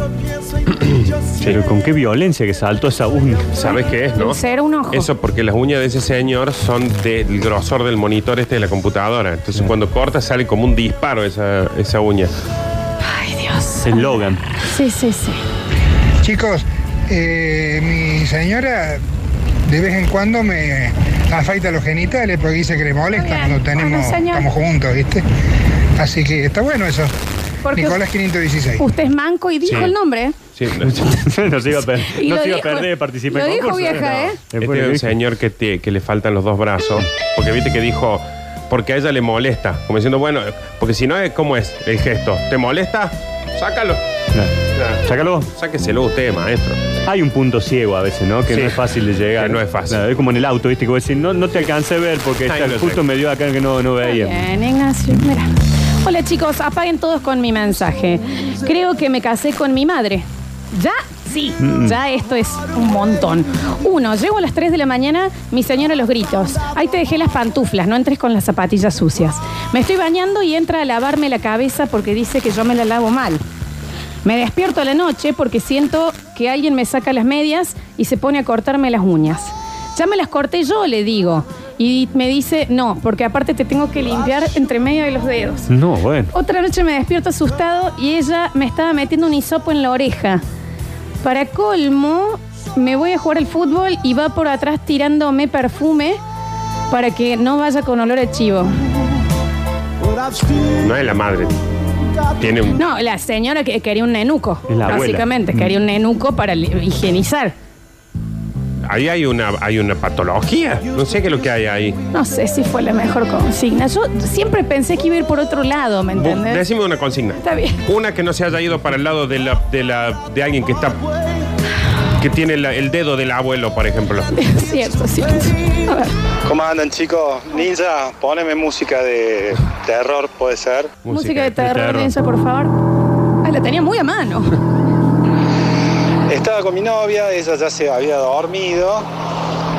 Pero con qué violencia que saltó esa uña.
¿Sabes qué es, no?
Ulcera un ojo.
Eso porque las uñas de ese señor son del grosor del monitor este de la computadora. Entonces cuando corta sale como un disparo esa, esa uña.
Ay, Dios.
El Logan.
Sí, sí, sí.
Chicos, eh, mi señora de vez en cuando me afeita los genitales porque dice que le molesta
Muy bien.
cuando tenemos,
Bueno, señor.
estamos juntos, ¿viste? Así que está bueno eso.
Porque
Nicolás 516.
usted es manco y dijo
Sí.
el nombre.
Sí, no. este
no se iba a, per-
Y
no
lo
se iba a
dijo-
perder de participar
lo
en
dijo
concurso.
vieja,
No.
¿eh?
Después
Este es
lo
un
dijo.
señor que, te- que le faltan los dos brazos. Porque viste que dijo, porque a ella le molesta. Como diciendo, bueno, porque si no, es ¿cómo es el gesto? ¿Te molesta? Sácalo.
No.
Nah,
Sácalo vos.
Sáqueselo usted, maestro.
Hay un punto ciego a veces, ¿no? Que
Sí.
no es fácil de llegar.
Que no es fácil.
Claro, es como en el auto, ¿viste? Que vos decís, no, no te alcancé a ver porque
Ahí
está-
lo
justo
sé.
me dio acá que no, no
Está
veía.
Bien, Ignacio. Mira. Hola chicos, apaguen todos con mi mensaje. Creo que me casé con mi madre. Ya, sí, ya esto es un montón. Uno, llego a las 3 de la mañana, mi señora a los gritos. Ahí te dejé las pantuflas, no entres con las zapatillas sucias. Me estoy bañando y entra a lavarme la cabeza porque dice que yo me la lavo mal. Me despierto a la noche porque siento que alguien me saca las medias y se pone a cortarme las uñas. Ya me las corté yo, le digo. Y me dice, no, porque aparte te tengo que limpiar entre medio de los dedos.
No, bueno.
Otra noche me despierto asustado y ella me estaba metiendo un hisopo en la oreja. Para colmo, me voy a jugar al fútbol y va por atrás tirándome perfume para que no vaya con olor a chivo.
No es la madre. Tiene un.
No, la señora que quería un nenuco.
Es la abuela.
básicamente, quería un nenuco para li- higienizar.
Ahí hay una, hay una patología. No sé qué es lo que hay ahí.
No sé si fue la mejor consigna. Yo siempre pensé que iba a ir por otro lado, ¿me
Vos,
entendés?
Decime una consigna.
Está bien.
Una que no se haya ido para el lado de la, de la, de alguien que está. que tiene la- el dedo del abuelo, por ejemplo.
cierto, cierto. A ver,
¿Cómo andan chicos? Ninja, poneme música de terror, puede ser.
música de
de
terror,
terror.
Denso, por favor. Ay, la tenía muy a mano.
Estaba con mi novia, ella ya se había dormido.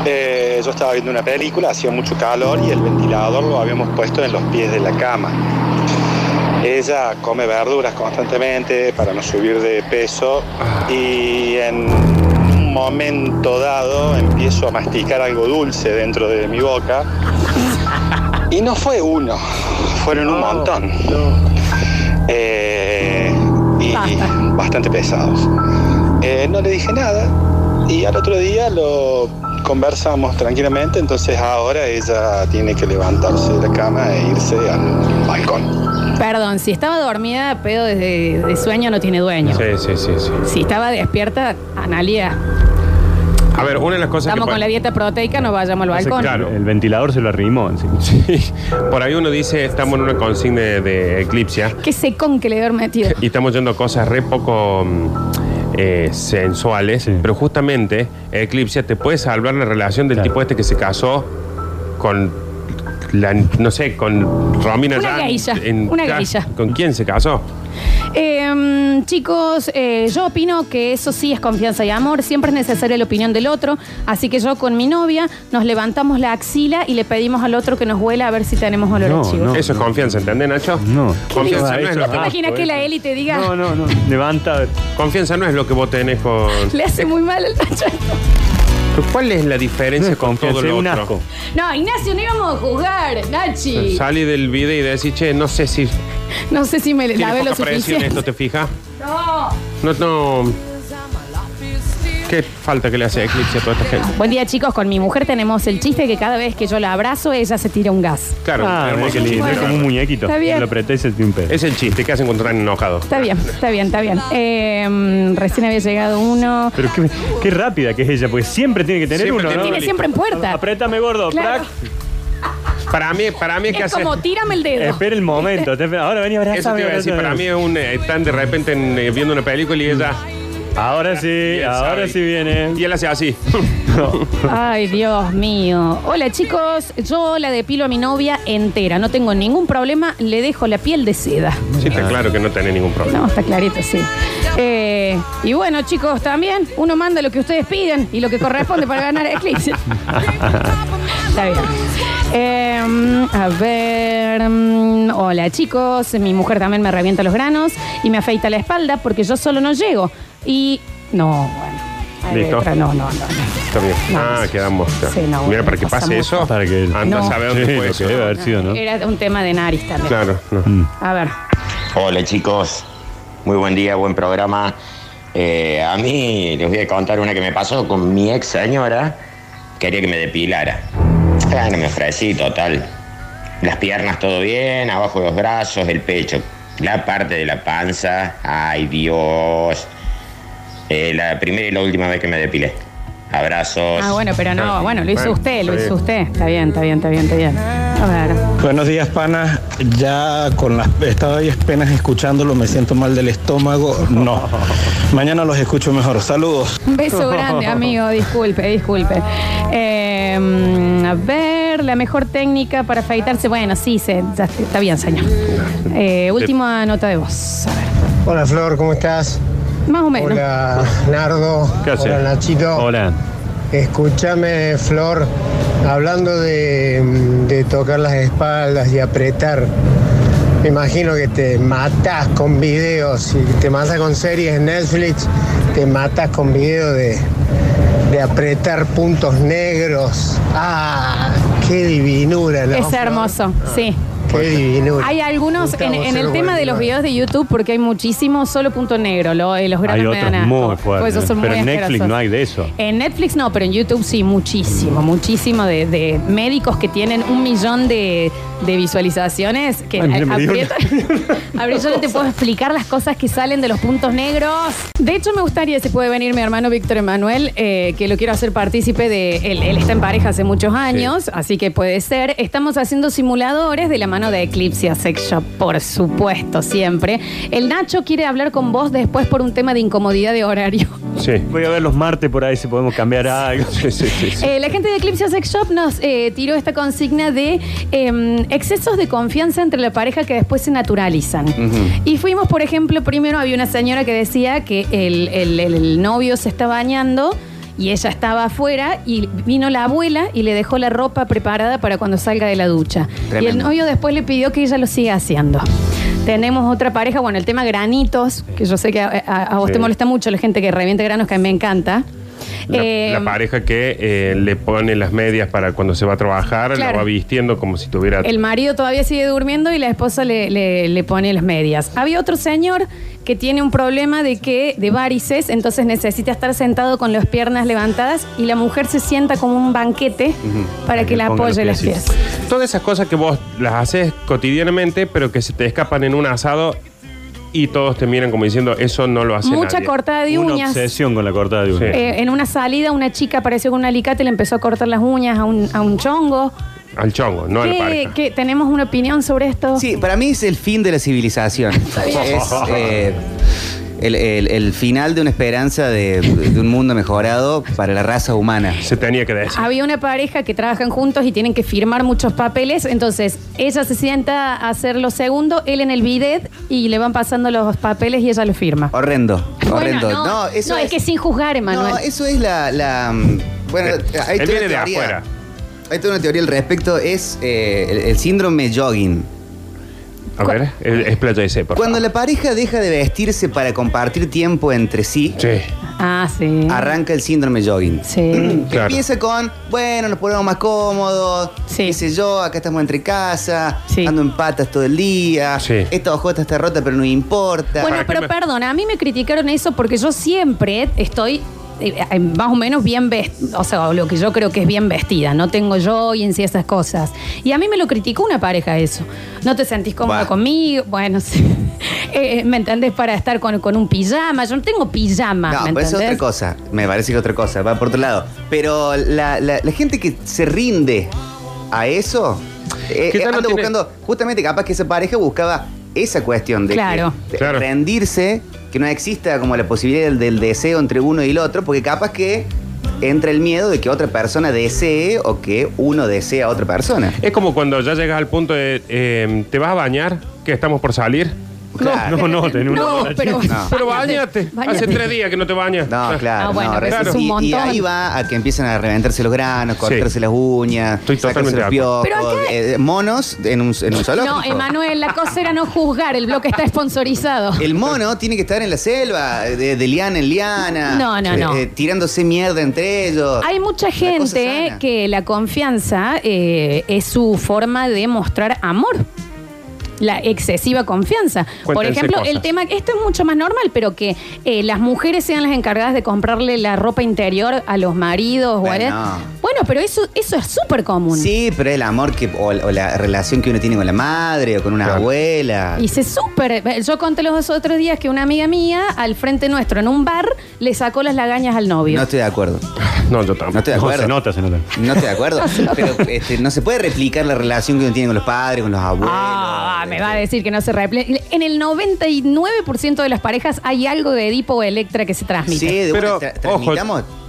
Eh, yo estaba viendo una película, hacía mucho calor y el ventilador lo habíamos puesto en los pies de la cama. Ella come verduras constantemente para no subir de peso y en un momento dado empiezo a masticar algo dulce dentro de mi boca y no fue uno, fueron un montón. Eh, y
Basta.
bastante pesados. Eh, no le dije nada y al otro día lo conversamos tranquilamente, entonces ahora ella tiene que levantarse de la cama e irse al balcón.
Perdón, si estaba dormida, pedo desde de sueño no tiene dueño.
Sí, sí, sí, sí.
Si estaba despierta, Analia,
A ver, una de las cosas
estamos
que.
con la dieta proteica, no vayamos al balcón.
claro.
El ventilador se lo arrimó. así.
Por ahí uno dice, estamos en una consigna de, de eclipsia
Qué secón que le debe haber metido.
y estamos yendo a cosas re poco mm, eh, sensuales,
Sí.
pero justamente eclipsia te puede salvar la relación del
Claro.
tipo este que se casó con la, no sé, con Romina
Una
Yan-
geisha, una
ca-
geisha.
¿Con quién se casó?
Eh, chicos, eh, yo opino que eso sí es confianza y amor. Siempre es necesaria la opinión del otro. Así que yo con mi novia nos levantamos la axila y le pedimos al otro que nos huela a ver si tenemos olor a
No,
chivo.
no.
Eso es confianza, ¿entendés, Nacho?
No.
Confianza no,
Eso
es lo
es
¿Te
que,
asco,
imaginas que
eso.
la Eli te diga?
No, no, no. Levanta.
confianza no es lo que vos tenés con...
Le hace muy mal al tacho.
Pero ¿Cuál es la diferencia
No es
con todo
confianza,
lo
es un
otro?
asco.
No, Ignacio, no íbamos a jugar, Nachi.
Salí del video y decís, che, no sé si
No sé si me
tiene
lavé lo
poca presión
suficiente.
esto, ¿te fijas?
No.
No, no. ¿Qué falta que le hace a Eclipse a toda esta gente?
Buen día, chicos. Con mi mujer tenemos el chiste que cada vez que yo la abrazo, ella se tira un gas.
Claro,
Ah,
hermoso
qué
chiste,
lindo. Es
pero
como un
bueno.
muñequito.
Está bien.
Lo apreté y se tiene un pedo.
Es el chiste que hacen cuando están enojados.
Está bien, está bien, está bien. Eh, recién había llegado uno.
Pero qué, qué rápida que es ella, porque siempre tiene que tener
Siempre
uno,
tiene-
¿no?
Tiene siempre en puerta.
Apretame, gordo. prac.
Claro.
Para mí, para mí es que Eh,
Es
hace.
como tírame el dedo.
Espera el momento. te- Ahora vení, abrazame.
Eso te iba a decir,
abrazame.
para mí es un. eh, Están de repente en, eh, viendo una película y ella.
Ahora sí,
Bien,
ahora
sabe.
sí viene.
Y él hace así.
Ay, Dios mío. Hola, chicos. Yo la depilo a mi novia entera. No tengo ningún problema. Le dejo la piel de seda.
Sí,
Ah.
está claro que no tiene ningún problema.
No, está clarito, sí. Eh, y bueno, chicos, también uno manda lo que ustedes piden y lo que corresponde para ganar Eclipse. Está bien. Eh, a ver. mm, Hola, chicos. Mi mujer también me revienta los granos y me afeita la espalda porque yo solo no llego. Y. No, bueno. Ahí
Listo.
detrás, No, no, no. no.
Está bien.
No,
Ah,
sí.
quedamos.
Sí, no,
Mira,
bueno,
para que pase
pasamos.
eso,
Para que-
anda
No.
a saber dónde
Sí,
fue
lo
eso.
que debe haber sido, ¿no?
Era un tema de nariz también.
Claro, no.
Mm.
A ver. Ah,
Hola chicos, muy buen día, buen programa. Eh, a mí les voy a contar una que me pasó con mi ex señora. Quería que me depilara. Ah, no me ofrecí, total. Las piernas todo bien, abajo los brazos, el pecho, la parte de la panza. Ay Dios. Eh, la primera y la última vez que me depilé. Abrazos.
Ah, bueno, pero no. Bueno, lo hizo
Bueno,
usted, lo
está
hizo
bien.
usted. Está bien, está bien, está bien, está bien. A ver.
Buenos días, panas. Ya con las estaba ahí apenas escuchándolo, me siento mal del estómago. No. Mañana los escucho mejor. Saludos.
Un beso grande, amigo. Disculpe, disculpe. Eh, mm, a ver, la mejor técnica para afeitarse. Bueno, sí, se, ya está está bien, señor. Eh, última nota de voz. A ver,
Hola Flor, ¿cómo estás?
más o menos.
Hola Nardo.
¿Qué hace?
Hola Nachito.
Hola.
Escúchame, Flor, hablando de, de tocar las espaldas y apretar. Me imagino que te matas con videos y te matas con series en Netflix, te matas con videos de, de apretar puntos negros. ¡Ah! ¡Qué divinura, ¿no?
Es hermoso, sí.
Qué divinura.
Hay algunos en, en el tema de los videos de YouTube, porque hay muchísimos, solo punto negro. lo- eh, los granos
Hay
me
otros
dan asco,
muy
porque
fuertes,
esos son
pero
muy
en Netflix
asquerosos.
no hay de eso.
En Netflix no, pero en YouTube sí, muchísimo, muchísimo de, de médicos que tienen un millón de, de visualizaciones. Que
Ay, mira, me dio
aprietan- Abril, yo no te puedo explicar las cosas que salen de los puntos negros. De hecho, me gustaría, si puede venir mi hermano Víctor Emanuel, eh, que lo quiero hacer partícipe de. Él, él está en pareja hace muchos años, así que puede ser. Estamos haciendo simuladores de la mano de Eclipse Sex Shop, por supuesto, siempre. El Nacho quiere hablar con vos después por un tema de incomodidad de horario.
Sí.
Voy a ver los martes por ahí si podemos cambiar algo.
Sí, sí, sí, sí.
Eh, la gente de Eclipse Sex Shop nos eh, tiró esta consigna de eh, excesos de confianza entre la pareja que después se naturalizan. Y fuimos, por ejemplo, primero había una señora que decía que el, el- el- el novio se está bañando. Y ella estaba afuera y vino la abuela y le dejó la ropa preparada para cuando salga de la ducha. Y el
Tremendo.
novio después le pidió que ella lo siga haciendo. Tenemos otra pareja, bueno, el tema granitos, que yo sé que a, a- a vos
Sí.
te molesta mucho la gente que reviente granos, que a mí me encanta.
La,
Eh,
la pareja que eh, le pone las medias para cuando se va a trabajar,
Claro.
la va vistiendo como si tuviera.
El marido todavía sigue durmiendo y la esposa le, le- le pone las medias. Había otro señor que tiene un problema de que de varices, entonces necesita estar sentado con las piernas levantadas y la mujer se sienta como un banquete para que,
que
la
ponga
apoye
los
las pies.
piecitos.
Todas esas cosas que vos las haces cotidianamente, pero que se te escapan en un asado y todos te miran como diciendo, eso no lo hace
Mucha
nadie".
cortada de
Una
uñas.
obsesión con la cortada de uñas.
Sí.
Eh, en una salida una chica apareció con un alicate y le empezó a cortar las uñas a un, a un chongo.
Al chongo, no a la
¿Qué,
pareja.
qué- tenemos una opinión sobre esto?
Sí, para mí es el fin de la civilización. es eh, el, el- el final de una esperanza de, de un mundo mejorado para la raza humana.
Se tenía que decir.
Había una pareja que trabajan juntos y tienen que firmar muchos papeles, entonces ella se sienta a hacer lo segundo, él en el bidet y le van pasando los papeles y ella lo firma.
Horrendo, horrendo.
Bueno, no, no, es que sin juzgar, Emanuel.
No, eso es la. la, mm, bueno,
Eh, Él
hay toda
viene de
una teoría.
afuera.
Hay toda una teoría al respecto, es eh, el, el síndrome jogging.
A ver, eh, expláyese, por
Cuando la pareja deja de vestirse para compartir tiempo entre sí,
Ah, sí.
arranca el síndrome jogging.
Sí.
Que Empieza con, bueno, nos ponemos más cómodos, qué sé yo, acá estamos entre casa, ando en patas todo el día, esta hojota está rota pero no importa.
Bueno, pero perdona, a mí me criticaron eso porque yo siempre estoy eh, eh, más o menos bien vestida, o sea, o lo que yo creo que es bien vestida, no tengo yo y en sí esas cosas. Y a mí me lo criticó una pareja eso. No te sentís cómoda
Bah.
conmigo, bueno, sí. Eh, eh, ¿me entendés? Para estar con, con un pijama, yo no tengo pijama,
No,
Ah, ¿me
pero eso es otra
entendés?
cosa, me parece que otra cosa, va por otro lado. Pero la, la- la gente que se rinde a eso, eh,
Que ya no
anda
tiene-
buscando, justamente capaz que esa pareja buscaba esa cuestión de, que-
Claro.
de rendirse, que no exista como la posibilidad del, del deseo entre uno y el otro, porque capaz que entra el miedo de que otra persona desee o que uno desea a otra persona.
Es como cuando ya llegas al punto de eh, ¿te vas a bañar? ¿Que estamos por salir?
Claro.
No, no, no, tenés una
No,
bola
pero-
chica.
No.
pero bañate.
Bañate.
Hace tres días que no te bañas.
No, claro.
Ah, bueno,
no,
pero eso es un
y- y,
montón.
ahí va a que empiezan a reventarse los granos, cortarse las uñas, sacarse
totalmente
los
de
piojos,
acuerdo.
Pero acá-
eh, monos en un, en un zoológico.
No, Emanuel, la cosa era no juzgar, el bloque está sponsorizado.
El mono tiene que estar en la selva, de, de liana en liana. eh,
No, no, no.
tirándose mierda entre ellos.
Hay mucha gente que la confianza eh, es su forma de mostrar amor. La excesiva confianza. Por
Cuéntense
ejemplo, el
cosas.
tema, esto es mucho más normal, pero que eh, las mujeres sean las encargadas de comprarle la ropa interior a los maridos. o a- bueno pero eso, eso es súper común.
Sí, pero el amor que, o, o la relación que uno tiene con la madre o con una abuela.
Y se súper. eh, Yo conté los otros días que una amiga mía, al frente nuestro, en un bar, le sacó las lagañas al novio.
No estoy de acuerdo.
No, yo tampoco.
No estoy de
No,
acuerdo.
se nota, se nota.
No estoy de acuerdo. pero este, no se puede replicar la relación que uno tiene con los padres, con los abuelos.
Ah, me va a decir que no se reple. En el 99% de las parejas hay algo de Edipo o Electra que se transmite.
Pero, ojo,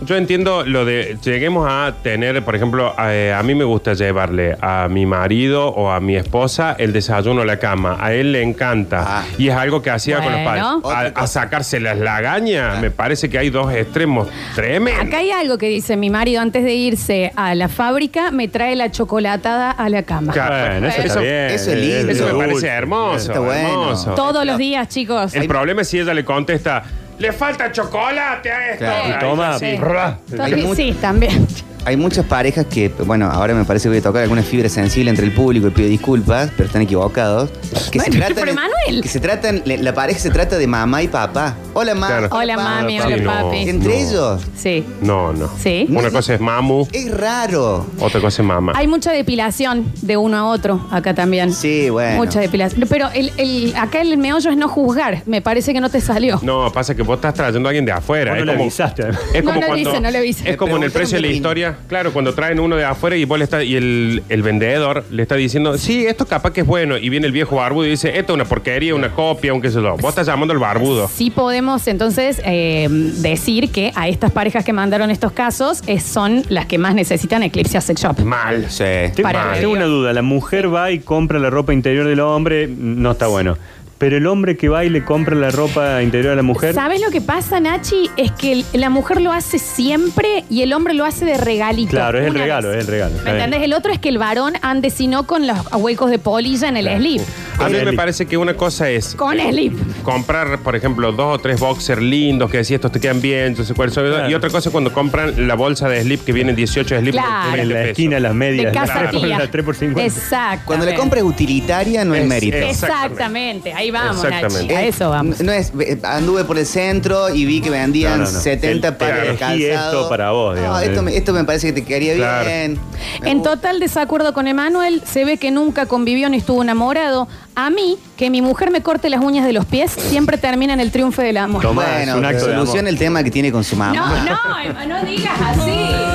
yo entiendo lo de lleguemos a tener, por ejemplo, a, eh, a mí me gusta llevarle a mi marido o a mi esposa el desayuno a la cama. A él le encanta.
Ah.
Y es algo que hacía con
Bueno.
los padres. A- A, sacarse las lagañas, me parece que hay dos extremos tremendos.
Acá hay algo que dice mi marido antes de irse a la fábrica, me trae la chocolatada a la cama.
Claro,
Bueno, eso está bien.
Ah, eso es lindo. Eso me parece hermoso.
Está bueno.
hermoso.
Todos los días, chicos.
El problema es si ella le contesta,
Le falta chocolate a esto.
Claro.
Ahí
toma,
está, sí.
brrra.
Entonces,
Hay mu-
sí, también.
Hay muchas parejas que, bueno, ahora me parece que voy a tocar alguna fibra sensible entre el público y pido disculpas, pero están equivocados. Que
Bueno, pero Manuel.
Que se tratan, la- la pareja se trata de mamá y papá. Hola, mamá.
Claro.
Hola, mami, hola, papi.
Entre
no.
ellos.
Sí.
No, no.
Sí.
Una cosa es mamu.
Es raro.
Otra cosa es mamá.
Hay mucha depilación de uno a otro acá también.
Sí, bueno.
Mucha depilación. Pero el, el- acá el meollo es no juzgar. Me parece que no te salió.
No, pasa que vos estás trayendo a alguien de afuera.
Vos no
es
le
como, es
No
como
le
cuando-
avise, no le avise.
Es como en el precio de la historia. Claro, cuando traen uno de afuera y vos le está, y el, el vendedor le está diciendo, sí, esto capaz que es bueno. Y viene el viejo barbudo y dice, esto es una porquería, una copia, un qué sé yo. Vos estás llamando al barbudo.
Sí podemos entonces eh, decir que a estas parejas que mandaron estos casos eh, son las que más necesitan Eclipse Sex Shop.
Mal.
Sí.
Tengo,
Para
tengo
el
una duda. La mujer va y compra la ropa interior del hombre, no está bueno. Pero el hombre que va y le compra la ropa interior a la mujer.
¿Sabes lo que pasa, Nachi? Es que el- la mujer lo hace siempre y el hombre lo hace de regalito.
Claro, es el
Una
regalo,
vez.
es el regalo.
¿Me entendés? El otro es que el varón ande sino con los huecos de polilla en el slip.
A mí me parece que una cosa es
Con slip.
comprar, por ejemplo, dos o tres boxers lindos que decís estos te quedan bien, yo sé cuáles son. Y otra cosa es cuando compran la bolsa de slip que vienen 18 slips.
Claro.
por 20
En la
pesos.
esquina, las medias,
De casa
Claro.
tía.
La 3 por 50.
Exacto.
Cuando la compra es utilitaria, no es,
Es-
mérito.
eh,
Exactamente. Ahí vamos, Nachi.
Eh,
A eso vamos.
No es, eh, anduve por el centro y vi que vendían
No, no, no.
70
El-
pares de
elegí
calzado.
esto para vos,
No,
digamos. eh.
esto, me, esto me parece que te quedaría
Claro.
bien.
En total desacuerdo con Emanuel, se ve que nunca convivió ni estuvo enamorado. A mí, que mi mujer me corte las uñas de los pies, siempre termina en el triunfo del amor.
bueno,
un acto de
soluciona el tema que tiene con su mamá.
No, no, Emma, no digas así.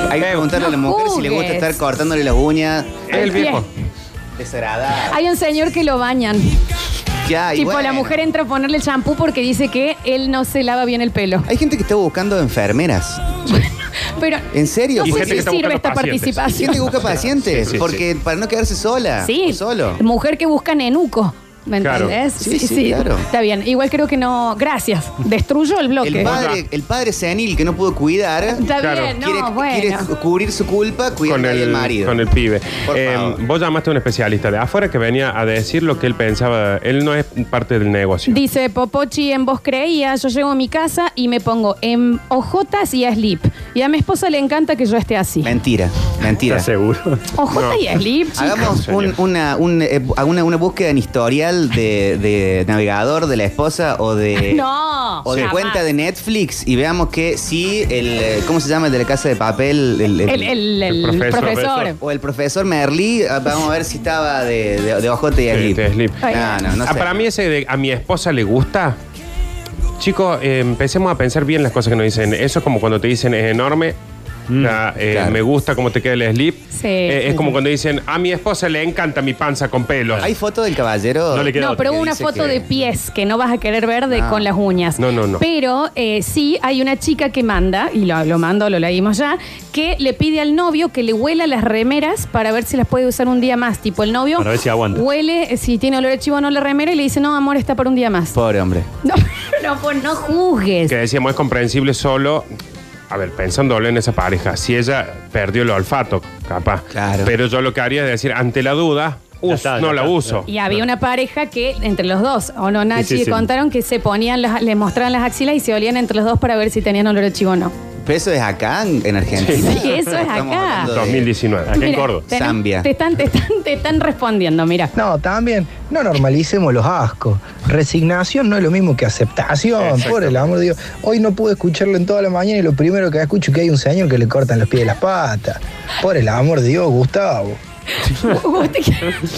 Hay que preguntarle a la mujer si le gusta
juzgues.
estar cortándole las uñas.
El viejo.
Desagradable.
Hay un señor que lo bañan.
Ya, y
Ah, tipo,
bueno.
la mujer entra a ponerle champú porque dice que él no se lava bien el pelo.
Hay gente que está buscando enfermeras.
Pero,
¿En serio?
No Y sé gente si que está sirve buscando esta pacientes.
Gente
participación.
que busca pacientes.
Sí, sí,
porque para no quedarse sola.
sí,
o solo.
mujer que busca nenuco. ¿Me
Claro.
entendés?
Sí, sí, claro.
Está bien. Igual creo que no. Gracias. Destruyó el bloque.
El padre, el padre senil que no pudo cuidar.
Está Claro. bien, no,
quiere,
bueno.
quiere cu- cubrir su culpa
con
cuidando al
el,
marido.
con el pibe. Eh, vos llamaste a un especialista de afuera que venía a decir lo que él pensaba. Él no es parte del negocio.
Dice Popochi, en vos creía, yo llego a mi casa y me pongo en ojotas y a sleep. Y a mi esposa le encanta que yo esté así.
Mentira, mentira.
¿Estás seguro?
Ojota y sleep, chicos.
Hagamos
No,
un- una, un, eh, una, una búsqueda en historial de, de navegador de la esposa o de.
No.
eh, O de
jamás.
cuenta de Netflix y veamos que sí, el. eh, ¿Cómo se llama el de la casa de papel?
El- el- el El profesor. profesor.
O el profesor Merlí. ah, Vamos a ver si estaba de, de, de ojote y
Sí,
slip.
de slip.
No, no, no
Ah,
sé.
para mí ese de a mi esposa le gusta. Chicos, eh, empecemos a pensar bien las cosas que nos dicen. Eso es como cuando te dicen es enorme.
Mm,
ya, eh, Me gusta cómo te queda el slip.
Sí.
Eh, es
Sí.
como cuando dicen a mi esposa le encanta mi panza con pelos.
¿Hay foto del caballero?
No le queda
No,
otra.
pero
Que
hubo una
dice
foto
que-
de pies que no vas a querer ver de-
Ah.
con las uñas.
No, no, no.
Pero eh, sí hay una chica que manda, y lo, lo mando, lo leímos ya, que le pide al novio que le huela las remeras para ver si las puede usar un día más. Tipo, el novio
Para ver si aguanta.
huele, eh, si tiene olor a chivo o no la remera, y le dice, no, amor, está para un día más.
Pobre hombre.
No, no, pues, no juzgues.
Que decíamos es comprensible solo. A ver, pensándolo en esa pareja, si ella perdió el olfato, capaz. Pero yo lo que haría es decir, ante la duda, us-
está,
no
ya
la
está.
uso.
Y había una pareja que, entre los dos, o no, Nachi,
Sí, sí, sí.
contaron que se ponían, las- les mostraban las axilas y se olían entre los dos para ver si tenían olor a chivo o no.
Pero eso es acá, en en Argentina.
Sí, eso es
Estamos
acá.
hablando de-
2019.
Mira, tenés-
Zambia.
Te están, te están, te están respondiendo, mira.
No, también, no normalicemos los ascos. Resignación no es lo mismo que aceptación, por el amor de Dios. Hoy no pude escucharlo en toda la mañana y lo primero que escucho es que hay un señor que le cortan los pies de las patas. Por el amor de Dios, Gustavo.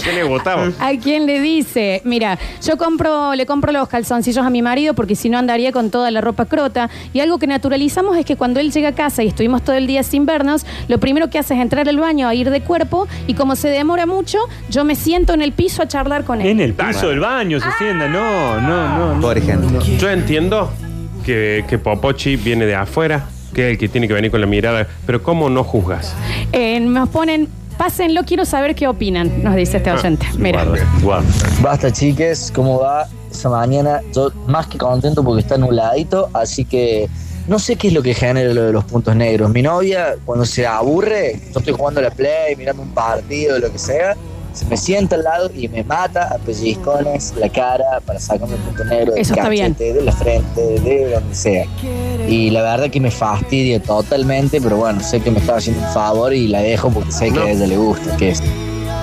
¿Quién le votaba?
¿A quién le dice? Mira, yo compro, le compro los calzoncillos a mi marido porque si no andaría con toda la ropa crota. Y algo que naturalizamos es que cuando él llega a casa y estuvimos todo el día sin vernos, lo primero que hace es entrar al baño a ir de cuerpo y como se demora mucho, yo me siento en el piso a charlar con él.
En el piso del baño
Ah.
se sienta. No, no, no.
Por ejemplo.
Yo entiendo que, que Popochi viene de afuera, que es el que tiene que venir con la mirada, pero ¿cómo no juzgas?
Eh, nos ponen, pásenlo, quiero saber qué opinan, nos dice este oyente. Mira.
Basta, chiques, ¿cómo va esa mañana? Yo más que contento porque está anuladito, así que no sé qué es lo que genera lo de los puntos negros. Mi novia, cuando se aburre, yo estoy jugando a la play, mirando un partido, lo que sea, se me sienta al lado y me mata a pellizcones la cara para sacarme el punto negro del
Eso está bien.
cachete, de la frente, de donde sea. Y la verdad que me fastidia totalmente, pero bueno, sé que me está haciendo un favor y la dejo porque sé que a ella le gusta, que es.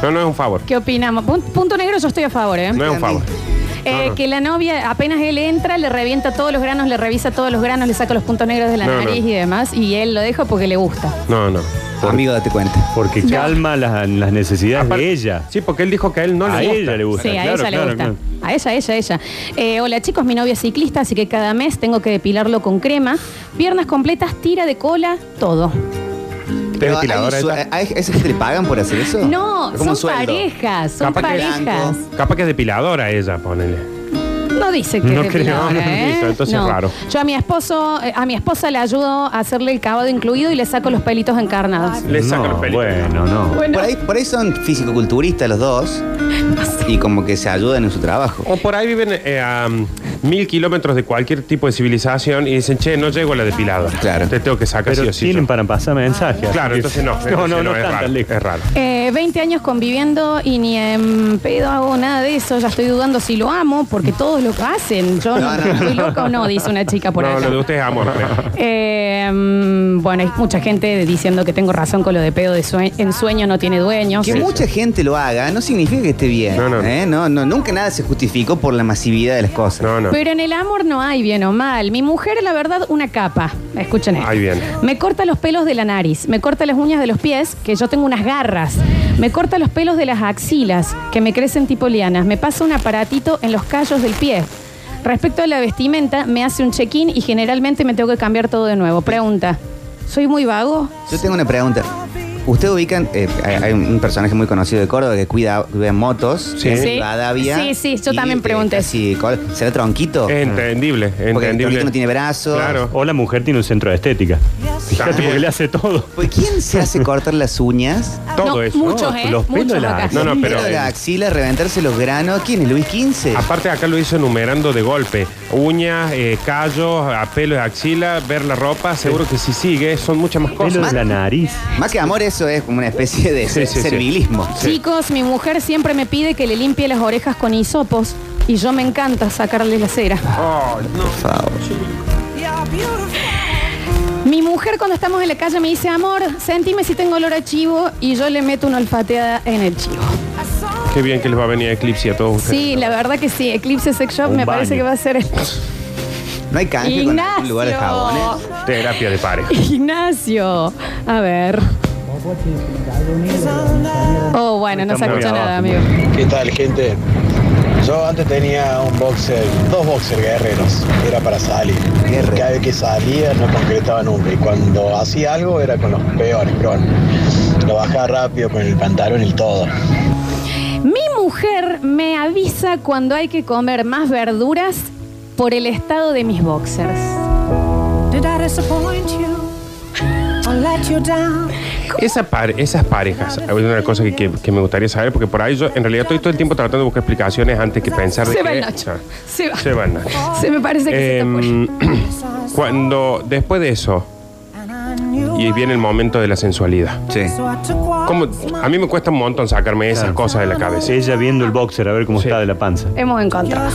No, no es un favor.
¿Qué opinamos? Pun- Punto negro, yo estoy a favor, ¿eh?
No es un favor.
Eh,
No, no.
Que la novia, apenas él entra, le revienta todos los granos, le revisa todos los granos, le saca los puntos negros de la
No, no.
nariz y demás, y él lo deja porque le gusta.
No, no.
Amigo, date cuenta.
Porque calma las, las necesidades de ella.
Sí, porque él dijo que a él no
le gusta. A ella le gusta.
Sí, a
claro,
ella le
claro,
gusta.
claro.
A ella, ella, ella. Eh, hola chicos, mi novia es ciclista, así que cada mes tengo que depilarlo con crema. Piernas completas, tira de cola, todo.
Pero hay, un sue- hay- ¿Eso que te le pagan por hacer eso?
No,
Es como un
son
sueldo.
parejas, son
Capaz que-
parejas.
Capaz que es depiladora ella, ponele.
No dice que
No
es
creo,
depiladora,
no
¿eh?
dice, entonces es raro.
Yo a mi esposo, eh, a mi esposa le ayudo a hacerle el cavado incluido y le saco los pelitos encarnados.
Le saca los pelitos.
Bueno, no.
Pues
Por, ahí, por ahí son fisicoculturistas los dos y como que se ayudan en su trabajo.
O por ahí viven eh, a um, mil kilómetros de cualquier tipo de civilización y dicen, che, no llego a la depiladora. Claro. Te tengo que sacar
Pero
sí o sí.
tienen para pasar mensajes.
Claro,
así que-
entonces no.
No, no,
entonces
no,
es
están
raro,
tan lejos.
Es raro.
Eh, 20 años conviviendo y ni en pedo hago nada de eso. Ya estoy dudando si lo amo porque todos lo hacen. Yo no, estoy loca o no, dice una chica Ah, por
no,
acá.
lo de ustedes es amor. creo.
Eh, mm, bueno, hay mucha gente diciendo que tengo razón con lo de pedo de sue- en sueño no tiene dueños.
Que mucha gente lo haga no significa que esté bien. No, no. No, no, nunca nada se justificó por la masividad de las cosas.
No, no.
Pero en el amor no hay bien o mal. Mi mujer, la verdad, una capa. Escuchen esto.
Ahí viene.
Me corta los pelos de la nariz, me corta las uñas de los pies, que yo tengo unas garras, me corta los pelos de las axilas, que me crecen tipo lianas, me pasa un aparatito en los callos del pie. Respecto a la vestimenta, me hace un check-in y generalmente me tengo que cambiar todo de nuevo. Pregunta, ¿soy muy vago?
Yo tengo una pregunta. Ustedes ubican, eh, hay hay un personaje muy conocido de Córdoba que cuida, cuida motos, que es Rivadavia.
sí, sí, yo también pregunté. eso.
Sí, col- ¿será tronquito?
Es entendible,
Porque el
entendible.
tronquito no tiene brazos.
O la mujer tiene un centro de estética. Fíjate
También.
porque le hace todo.
Pues, ¿Quién se hace cortar las uñas?
Ah,
Todo No, eso. muchos, ¿eh?
Los pelos
Muchos
de la
acá.
axila.
No, no, pero- Ah.
Pelos de la axila, reventarse los granos. ¿Quién es Luis XV?
Aparte acá lo hizo enumerando de golpe. Uñas, eh, callos, a pelo de axila, ver la ropa, seguro que si sigue, son muchas más cosas.
Pelo de la
nariz.
Más que amor, eso es como una especie de
Sí, sí, sí.
servilismo.
Chicos, mi mujer siempre me pide que le limpie las orejas con hisopos y yo me encanta sacarle la cera.
Por favor.
Mi mujer cuando estamos en la calle me dice, amor, sentime si tengo olor a chivo y yo le meto una olfateada en el chivo.
Qué bien que les va a venir Eclipse a todos ustedes.
Sí, la verdad que sí, Eclipse Sex Shop
Un
me parece
baño.
que va a ser el-
No hay canje con
Ignacio.
algún lugar de jabones.
Terapia de pareja.
Ignacio. A ver. Oh, bueno, no se escucha nada, amigo.
¿Qué tal, gente? Yo antes tenía un boxer, dos boxer guerreros, era para salir. Cada vez que salía no concretaba nunca y cuando hacía algo era con los peores, pero bueno, lo bajaba rápido con el pantalón y todo.
Mi mujer me avisa cuando hay que comer más verduras por el estado de mis boxers.
Esa par- esas parejas, hay una cosa que, que- que me gustaría saber, porque por ahí yo en realidad estoy todo el tiempo tratando de buscar explicaciones antes que pensar de
Se va
que-
el Nacho.
Ah.
Se va.
Se va el Nacho.
Se me parece que se
Em, Cuando, después de eso, y viene el momento de la sensualidad.
Sí.
¿Cómo? A mí me cuesta un montón sacarme esas cosas de la cabeza.
Ella viendo el boxer, a ver cómo está de la panza.
Hemos encontrado.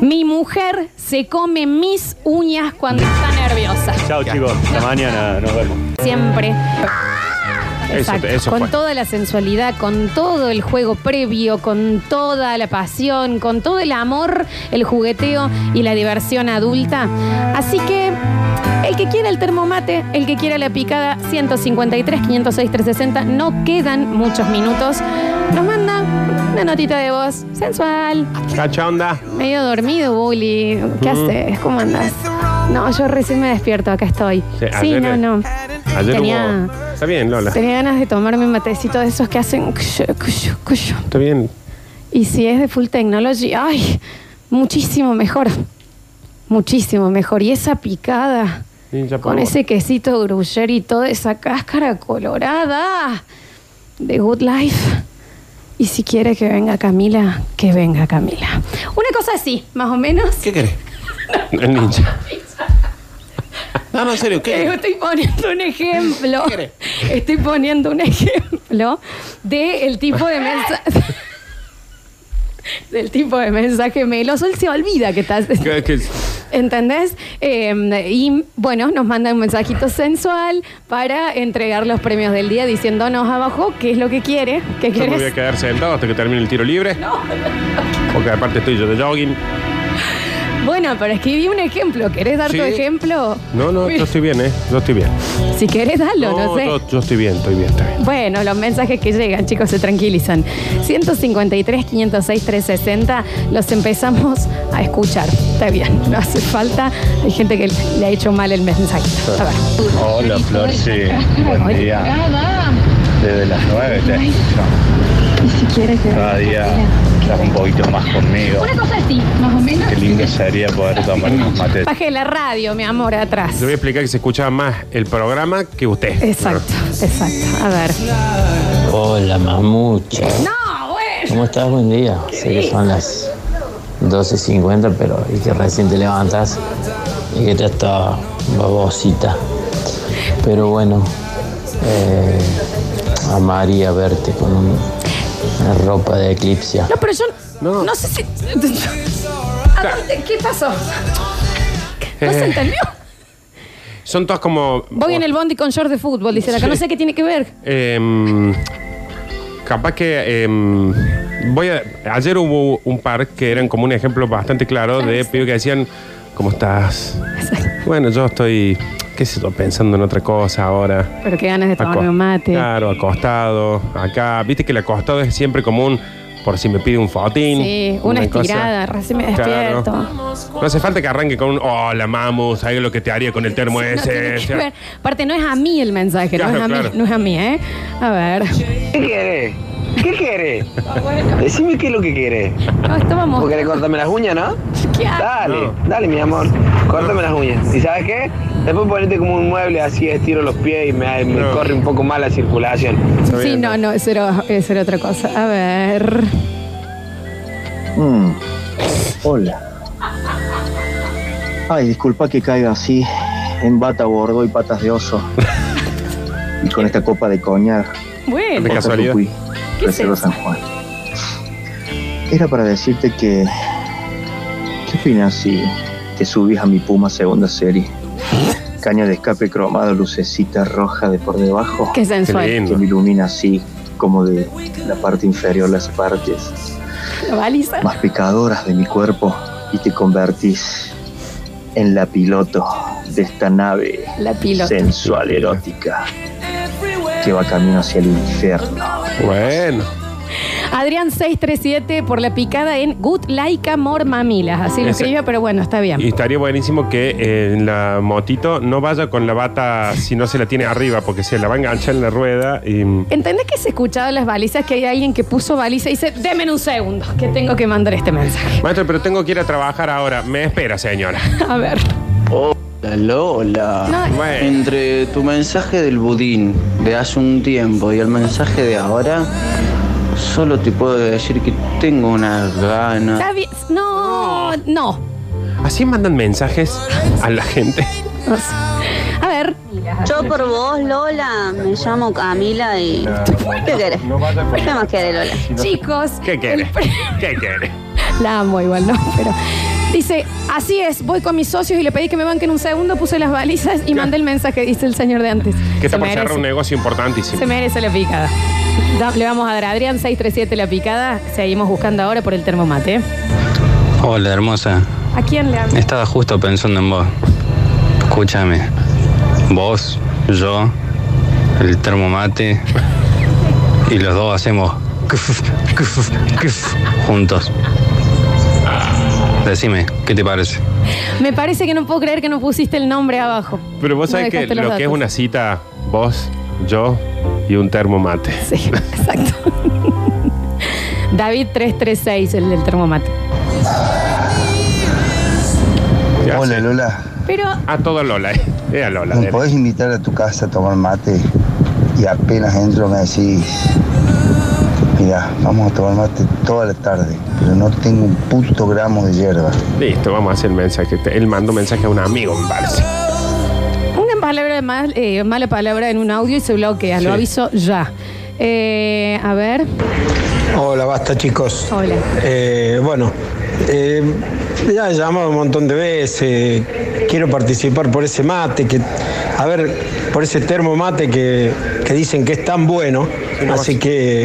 Mi mujer se come mis uñas cuando está nerviosa.
Chao, chicos. Hasta mañana. Nos vemos.
Siempre.
Eso-
Exacto.
eso
con
fue.
toda la sensualidad, con todo el juego previo, con toda la pasión, con todo el amor, el jugueteo y la diversión adulta. Así que el que quiera el termomate, el que quiera la picada 153 506 360, no quedan muchos minutos. Nos manda una notita de voz sensual.
Cachonda.
Medio dormido, Bully. ¿Qué
Ujú.
haces? ¿Cómo andas? No, yo recién me despierto, acá estoy.
Sí,
Sí,
ayer,
no,
eh,
no.
Ayer
Tenía-
hubo- Está bien, Lola.
Tenía ganas de tomarme un matecito de esos que hacen cuyo, cuyo, cuyo.
Está bien.
Y si es de full technology, ay, muchísimo mejor. Muchísimo mejor. Y esa picada
Sí, ya
con
puedo.
ese quesito gruyere y toda esa cáscara colorada de Good Life. Y si quiere que venga Camila, que venga Camila. Una cosa así, más o menos.
¿Qué querés?
El ninja.
No, no, en serio, ¿qué
Eh,
querés?
Estoy poniendo un ejemplo. Estoy poniendo un ejemplo de el tipo de mensaje. Del tipo de mensaje meloso, él se olvida que estás.
Que- que-
¿Entendés? Eh, y bueno, nos manda un mensajito sensual para entregar los premios del día diciéndonos abajo qué es lo que quiere, qué
Yo me voy a
quieres.
quedar sentado hasta que termine el tiro libre. Porque aparte estoy yo de jogging.
Bueno, pero escribí un ejemplo. ¿Querés dar
Sí.
tu ejemplo?
No, no, yo estoy bien, ¿eh? Yo estoy bien.
Si querés, dalo, no, sé.
yo, yo estoy bien, estoy bien, estoy bien.
Bueno, los mensajes que llegan, chicos, se tranquilizan. 153, 506, 360, los empezamos a escuchar. Está bien, no hace falta. Hay gente que le ha hecho mal el mensajito. A ver.
Hola, Florce. Buen día. Desde las 9 te escucho. Cada día estás un poquito más conmigo.
Una cosa así, más o menos.
Qué lindo sería poder tomar unos mates.
Bajé la radio, mi amor, atrás.
Yo voy a explicar que se escuchaba más el programa que usted.
Exacto, exacto. A ver.
Hola, mamucha.
No, bueno.
¿Cómo estás? Buen día. Sé que son las 12.50, pero es que recién te levantas y que ya está babosita. Pero bueno, eh, amaría verte con un- una ropa de eclipse.
No, pero yo no, sé si. ¿A dónde- ¿Qué pasó? ¿No se
Eh,
entendió?
Son todas como.
Voy en el bondi con short de fútbol, dicen acá.
Sí.
No sé qué tiene que ver.
em, capaz que. em, voy a, ayer hubo un par que eran como un ejemplo bastante claro de pibes que decían: ¿Cómo estás? Bueno, yo estoy. ¿Qué sé yo? Pensando en otra cosa ahora.
Pero qué ganas de tomarme
Aco-
un mate.
Claro, acostado. Acá, viste que el acostado es siempre común por si me pide un fotín.
Sí, una
cosa.
estirada, recién me
Claro.
despierto.
No hace falta que arranque con un hola mamu, ¿sabes lo que te haría con el termo
No tiene
ese?
que ver. Aparte, no es a mí el mensaje,
Claro,
no, es a
claro.
mí, no es a mí, ¿eh? A ver.
¿Qué querés? ¿Qué querés? Decime qué es lo que querés.
No, estábamos.
¿Vos querés cortarme las uñas, no?
¿Qué haces?
Ah,
Dale, dale, mi amor. Córtame las uñas. ¿Y sabes qué? Después ponete como un mueble así, estiro los pies y me, me corre un poco más la circulación.
Sí, no, no, eso era, eso era otra cosa. A ver.
Mm. Hola. Ay, disculpa que caiga así, en bata gordo y patas de oso. y con esta copa de coñac.
Bueno.
Copa Tucuy,
¿Qué es
Reserva
eso?
San Juan. Era para decirte que. ¿Qué opinas si te subís a mi Puma segunda serie? Caña de escape cromado, lucecita roja de por debajo.
Qué sensual. Qué lindo.
Que me ilumina así, como de la parte inferior, las partes
¿La baliza?
más pecadoras de mi cuerpo y te convertís en la piloto de esta nave
La piloto.
sensual erótica que va camino hacia el infierno.
Bueno.
Adrián 637 por la picada en Good Like Amor Mamilas. Así lo
Ese-
escribió, pero bueno, está bien.
Y estaría buenísimo que eh, en la motito no vaya con la bata si no se la tiene arriba, porque se la va a enganchar en la rueda y.
¿Entendés que se escuchado las balizas? Que hay alguien que puso baliza y dice, deme un segundo, que tengo que mandar este mensaje.
Maestro, pero tengo que ir a trabajar ahora. Me espera, señora.
A ver.
Hola
Ah,
Lola.
No.
Entre tu mensaje del budín de hace un tiempo y el mensaje de ahora, solo te puedo decir que tengo unas
Está
Ah,
ganas.
bien. No, no.
¿Así mandan mensajes a la gente?
A ver.
Yo por vos, Lola, me llamo Camila y. ¿Qué querés? ¿Qué más querés, Lola?
Chicos,
¿Qué quiere? ¿Qué quiere?
la amo igual, ¿no? Pero dice, así es, voy con mis socios y le pedí que me banquen un segundo, puse las balizas y mandé el mensaje, dice el señor de antes.
Que está
Se
por cerrar
merece.
un negocio importantísimo.
Se merece la picada. Da- Le vamos a dar a Adrián 637 la picada. Seguimos buscando ahora por el termomate. ¿eh?
Hola, hermosa.
¿A quién le hablo?
Estaba justo pensando en vos. Escúchame. Vos, yo, el termomate y los dos hacemos kuf, kuf, kuf juntos. Decime, ¿qué te parece?
Me parece que no puedo creer que no pusiste el nombre abajo.
Pero vos
No
sabés que
dejaste
lo
los
que es
datos.
una cita, vos, yo y un termo mate.
Sí, exacto. David 336, el del termomate.
Hola,
Lola.
Pero
A todo Lola, eh. Eh, a Lola.
¿Me
eh.
podés invitar a tu casa a tomar mate? Y apenas entro me decís, mira, vamos a tomar mate toda la tarde, pero no tengo un puto gramo de hierba.
Listo, vamos a hacer el mensaje. Él mandó mensaje a un amigo, me parece.
una palabra de mal- eh, mala palabra en un audio y se bloquea. Lo
Sí.
aviso ya. Eh, a ver.
Hola, basta chicos.
Hola.
Eh, bueno, eh, ya he llamado un montón de veces. Quiero participar por ese mate, que, a ver, por ese termo mate que, que dicen que es tan bueno. Así
Eh,
que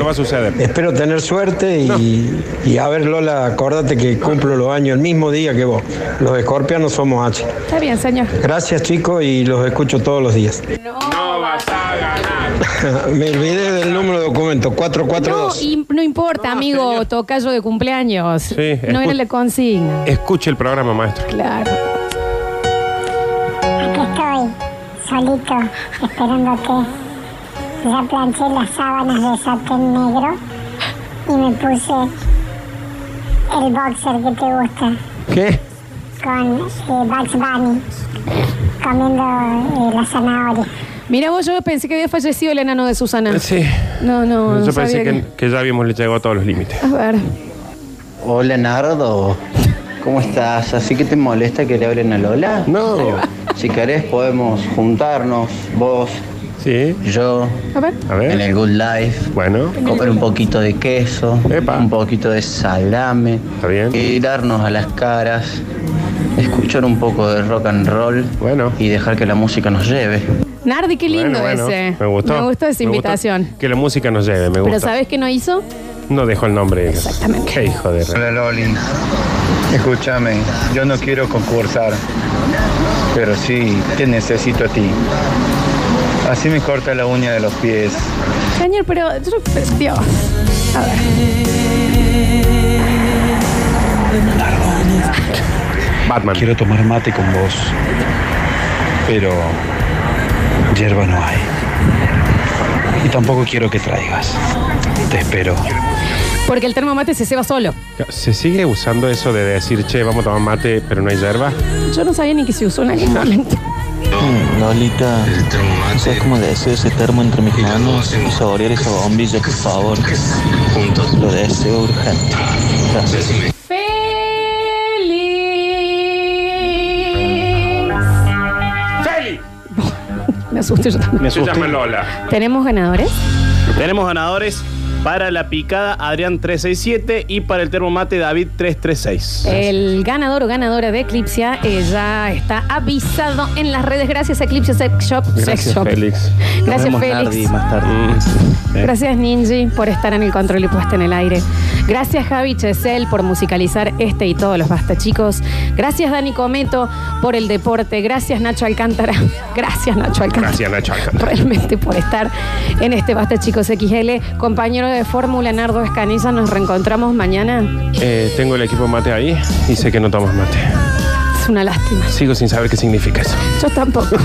espero tener suerte y, y a ver, Lola, acordate que cumplo los años el mismo día que vos. Los escorpianos somos H.
Está bien, señor.
Gracias chicos y los escucho todos los días.
No vas a ganar.
Me olvidé del número de documento,
No,
442.
im- no
Ah,
importa, amigo, tocayo de cumpleaños. no
escu-
era la consigna.
Escuche el programa, maestro.
Claro.
Acá estoy, solito, esperándote. Ya planché las sábanas de satén negro y me puse el boxer que te gusta,
¿Qué?
con eh, Bugs Bunny, comiendo eh, la zanahoria.
Mira vos, yo pensé que había fallecido el enano de Susana.
Sí.
No, no, no
Yo
sabía
pensé que,
que-
que ya habíamos llegado a todos los límites.
A ver.
Hola Nardo. ¿Cómo estás? ¿Así que te molesta que le hablen a Lola?
No.
Si querés podemos juntarnos, vos, yo,
A ver.
en el Good Life.
Bueno.
Comer un poquito de queso, un poquito de salame. Y darnos a las caras. Escuchar un poco de rock and roll.
Bueno.
Y dejar que la música nos lleve.
Nardi, qué lindo
Bueno, bueno,
ese.
Me gustó.
Me gustó esa
Me
invitación.
Que la música nos lleve, me
Pero
gusta.
¿sabes qué no hizo?
No dejó el nombre. Exactamente. Qué hijo de re-
Hola Loli, escúchame, yo no quiero concursar, pero sí te necesito a ti. Así me corta la uña de los pies.
Señor, pero yo- Dios. A ver.
Batman.
Quiero tomar mate con vos, pero
Hierba no hay. Y tampoco quiero que traigas. Te espero.
Porque el termomate se ceba solo.
¿Se sigue usando eso de decir, che, vamos a tomar mate, pero no hay hierba?
Yo no sabía ni que se usó en algún momento.
Mm, Lolita, ¿sabes cómo deseo ese termo entre mis manos? Y saborear esa bombilla, por favor. Lo deseo urgente. Gracias.
¡Feli!
Me asusté yo también.
Me Se asusté. llama Lola.
¿Tenemos ganadores?
Tenemos ganadores para la picada Adrián 367 y para el termomate David 336.
Eh,
El ganador o ganadora de Eclipsia eh, ya está avisado en las redes. Gracias a Eclipsia Sex Shop. Sex Shop. Gracias,
Nos vemos
Félix.
tarde, más tarde.
Mm.
Gracias Ninji por estar en el control y puesta en el aire. Gracias Javi Chesel por musicalizar este y todos los basta chicos. Gracias Dani Cometo por el deporte. Gracias Nacho Alcántara. Gracias Nacho Alcántara.
Gracias, Nacho Alcántara.
Realmente por estar en este basta chicos XL. Compañero de fórmula Nardo Escanilla, nos reencontramos mañana.
Eh, tengo el equipo mate ahí y sé que no tomas mate.
Es una lástima.
Sigo sin saber qué significa eso.
Yo tampoco.